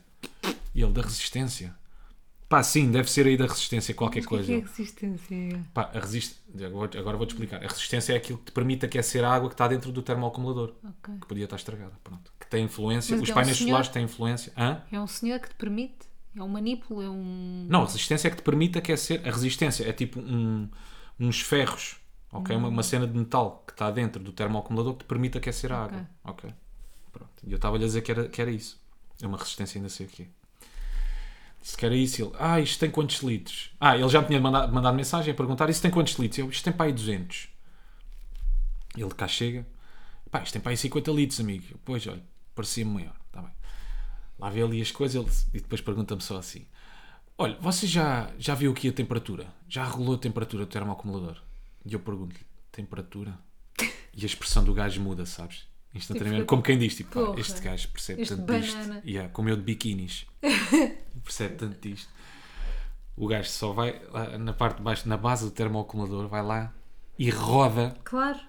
[SPEAKER 2] E ele, da resistência? Pá, sim, deve ser aí da resistência, qualquer
[SPEAKER 1] O que é
[SPEAKER 2] coisa.
[SPEAKER 1] que é resistência?
[SPEAKER 2] Pá, a resist... agora, agora vou-te explicar. A resistência é aquilo que te permite aquecer a água que está dentro do termoacumulador.
[SPEAKER 1] Ok.
[SPEAKER 2] Que podia estar estragada. Pronto. Que tem influência.
[SPEAKER 1] Mas
[SPEAKER 2] Os
[SPEAKER 1] é um
[SPEAKER 2] painéis
[SPEAKER 1] senhor?
[SPEAKER 2] solares têm influência. Hã?
[SPEAKER 1] É um senhor que te permite, é um manipulo, é um...
[SPEAKER 2] Não, a resistência é que te permite aquecer. A resistência é tipo um- uns ferros. Ok? Uma,
[SPEAKER 1] Hum.
[SPEAKER 2] uma cena de metal que está dentro do termoacumulador que te permite aquecer a água. Ok. Pronto. E eu estava-lhe a dizer que era, que era isso. É uma resistência ainda sei o quê. Se que era isso, ele, ah, isto tem quantos litros? Ah, ele já me tinha mandado, mandado mensagem a perguntar, isso tem quantos litros? Eu, isto tem para aí 200. Ele cá chega, pá, isto tem para aí 50 litros, amigo. Eu, Pois, olha, parecia-me maior, está bem. Lá vê ali as coisas ele- e depois pergunta-me só assim, olha, você já, já viu aqui a temperatura? Já regulou a temperatura do termoacumulador? E eu pergunto-lhe, temperatura? E a expressão do gajo muda, sabes? Instantaneamente,
[SPEAKER 1] Tipo,
[SPEAKER 2] como quem diz, tipo, pá,
[SPEAKER 1] porra.
[SPEAKER 2] este gajo percebe
[SPEAKER 1] Este
[SPEAKER 2] tanto disto.
[SPEAKER 1] banana.
[SPEAKER 2] Yeah, como eu de biquinis. percebe tanto disto. O gajo só vai lá na parte de baixo, na base do termoacumulador, vai lá e roda.
[SPEAKER 1] Claro.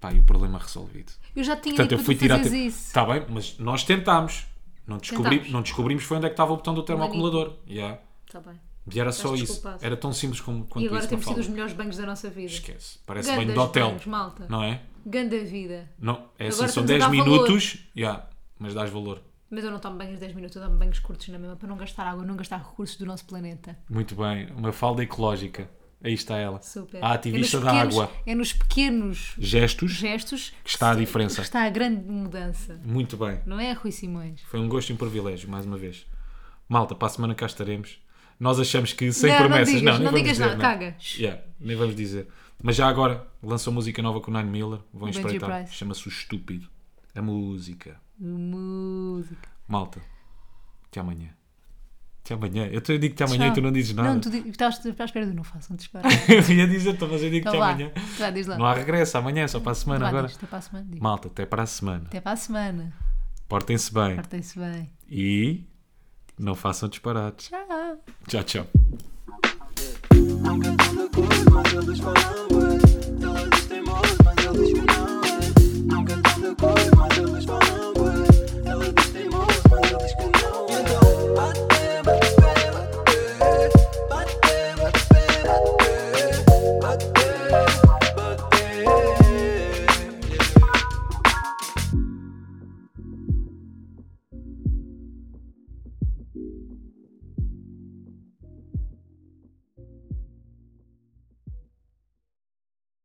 [SPEAKER 2] Pá, e o problema resolvido.
[SPEAKER 1] Eu já tinha
[SPEAKER 2] Portanto,
[SPEAKER 1] dito
[SPEAKER 2] eu
[SPEAKER 1] para
[SPEAKER 2] fui
[SPEAKER 1] tu
[SPEAKER 2] tirar.
[SPEAKER 1] fazeres
[SPEAKER 2] tempo-
[SPEAKER 1] isso.
[SPEAKER 2] Tá bem, mas nós tentámos. Não, descobri-
[SPEAKER 1] Tentámos.
[SPEAKER 2] não descobrimos foi onde é que estava o botão do termoacumulador. Yeah.
[SPEAKER 1] Está Tá bem.
[SPEAKER 2] E era só isso.
[SPEAKER 1] desculpado.
[SPEAKER 2] Era tão simples como quanto
[SPEAKER 1] E agora
[SPEAKER 2] isso.
[SPEAKER 1] temos
[SPEAKER 2] Mafalda.
[SPEAKER 1] sido os melhores banhos da nossa vida.
[SPEAKER 2] Esquece. Parece
[SPEAKER 1] Gandas
[SPEAKER 2] banho de hotel.
[SPEAKER 1] banhos, malta.
[SPEAKER 2] Não é?
[SPEAKER 1] Ganda vida.
[SPEAKER 2] Não. É
[SPEAKER 1] Agora
[SPEAKER 2] assim, são
[SPEAKER 1] estamos a
[SPEAKER 2] 10
[SPEAKER 1] dar valor.
[SPEAKER 2] minutos. Yeah, mas dás valor.
[SPEAKER 1] Mas eu não tomo banhos de 10 minutos, eu tomo banhos curtos na mesma, para não gastar água, não gastar recursos do nosso planeta.
[SPEAKER 2] Muito bem, uma falda ecológica. Aí está ela.
[SPEAKER 1] Super.
[SPEAKER 2] A
[SPEAKER 1] É
[SPEAKER 2] ativista
[SPEAKER 1] nos
[SPEAKER 2] da
[SPEAKER 1] pequenos-
[SPEAKER 2] água.
[SPEAKER 1] É nos pequenos
[SPEAKER 2] Gestos.
[SPEAKER 1] gestos que
[SPEAKER 2] está a
[SPEAKER 1] se-
[SPEAKER 2] diferença.
[SPEAKER 1] que está a grande mudança.
[SPEAKER 2] Muito bem.
[SPEAKER 1] Não é, Rui Simões?
[SPEAKER 2] Foi um gosto e um privilégio, mais uma vez. Malta, para a semana cá estaremos. Nós achamos que sem
[SPEAKER 1] Não, não
[SPEAKER 2] promessas.
[SPEAKER 1] digas,
[SPEAKER 2] nem
[SPEAKER 1] não
[SPEAKER 2] vamos
[SPEAKER 1] digas
[SPEAKER 2] dizer, é?
[SPEAKER 1] nada, caga.
[SPEAKER 2] Yeah, nem vamos dizer. Mas já agora lançou música nova com o Nine Miller. Vão
[SPEAKER 1] Benji
[SPEAKER 2] espreitar.
[SPEAKER 1] Price.
[SPEAKER 2] Chama-se O Estúpido. A música.
[SPEAKER 1] Música.
[SPEAKER 2] Malta, até amanhã. Até amanhã. Eu, te- eu digo até amanhã e tu não dizes nada.
[SPEAKER 1] Não, tu di- estás estás à espera do não faço, não te espero.
[SPEAKER 2] eu ia dizer, então, mas eu digo
[SPEAKER 1] Então
[SPEAKER 2] até
[SPEAKER 1] vá.
[SPEAKER 2] amanhã.
[SPEAKER 1] Vá, diz lá.
[SPEAKER 2] Não há regresso, amanhã, só para a semana
[SPEAKER 1] Vá,
[SPEAKER 2] agora.
[SPEAKER 1] diz, até para a semana. diz.
[SPEAKER 2] Malta, até para a semana.
[SPEAKER 1] Até para a semana.
[SPEAKER 2] Portem-se bem
[SPEAKER 1] Partem-se bem.
[SPEAKER 2] e não façam disparates.
[SPEAKER 1] Tchau.
[SPEAKER 2] Tchau, tchau.
[SPEAKER 3] Nunca tanta coisa, mas eles falam bué.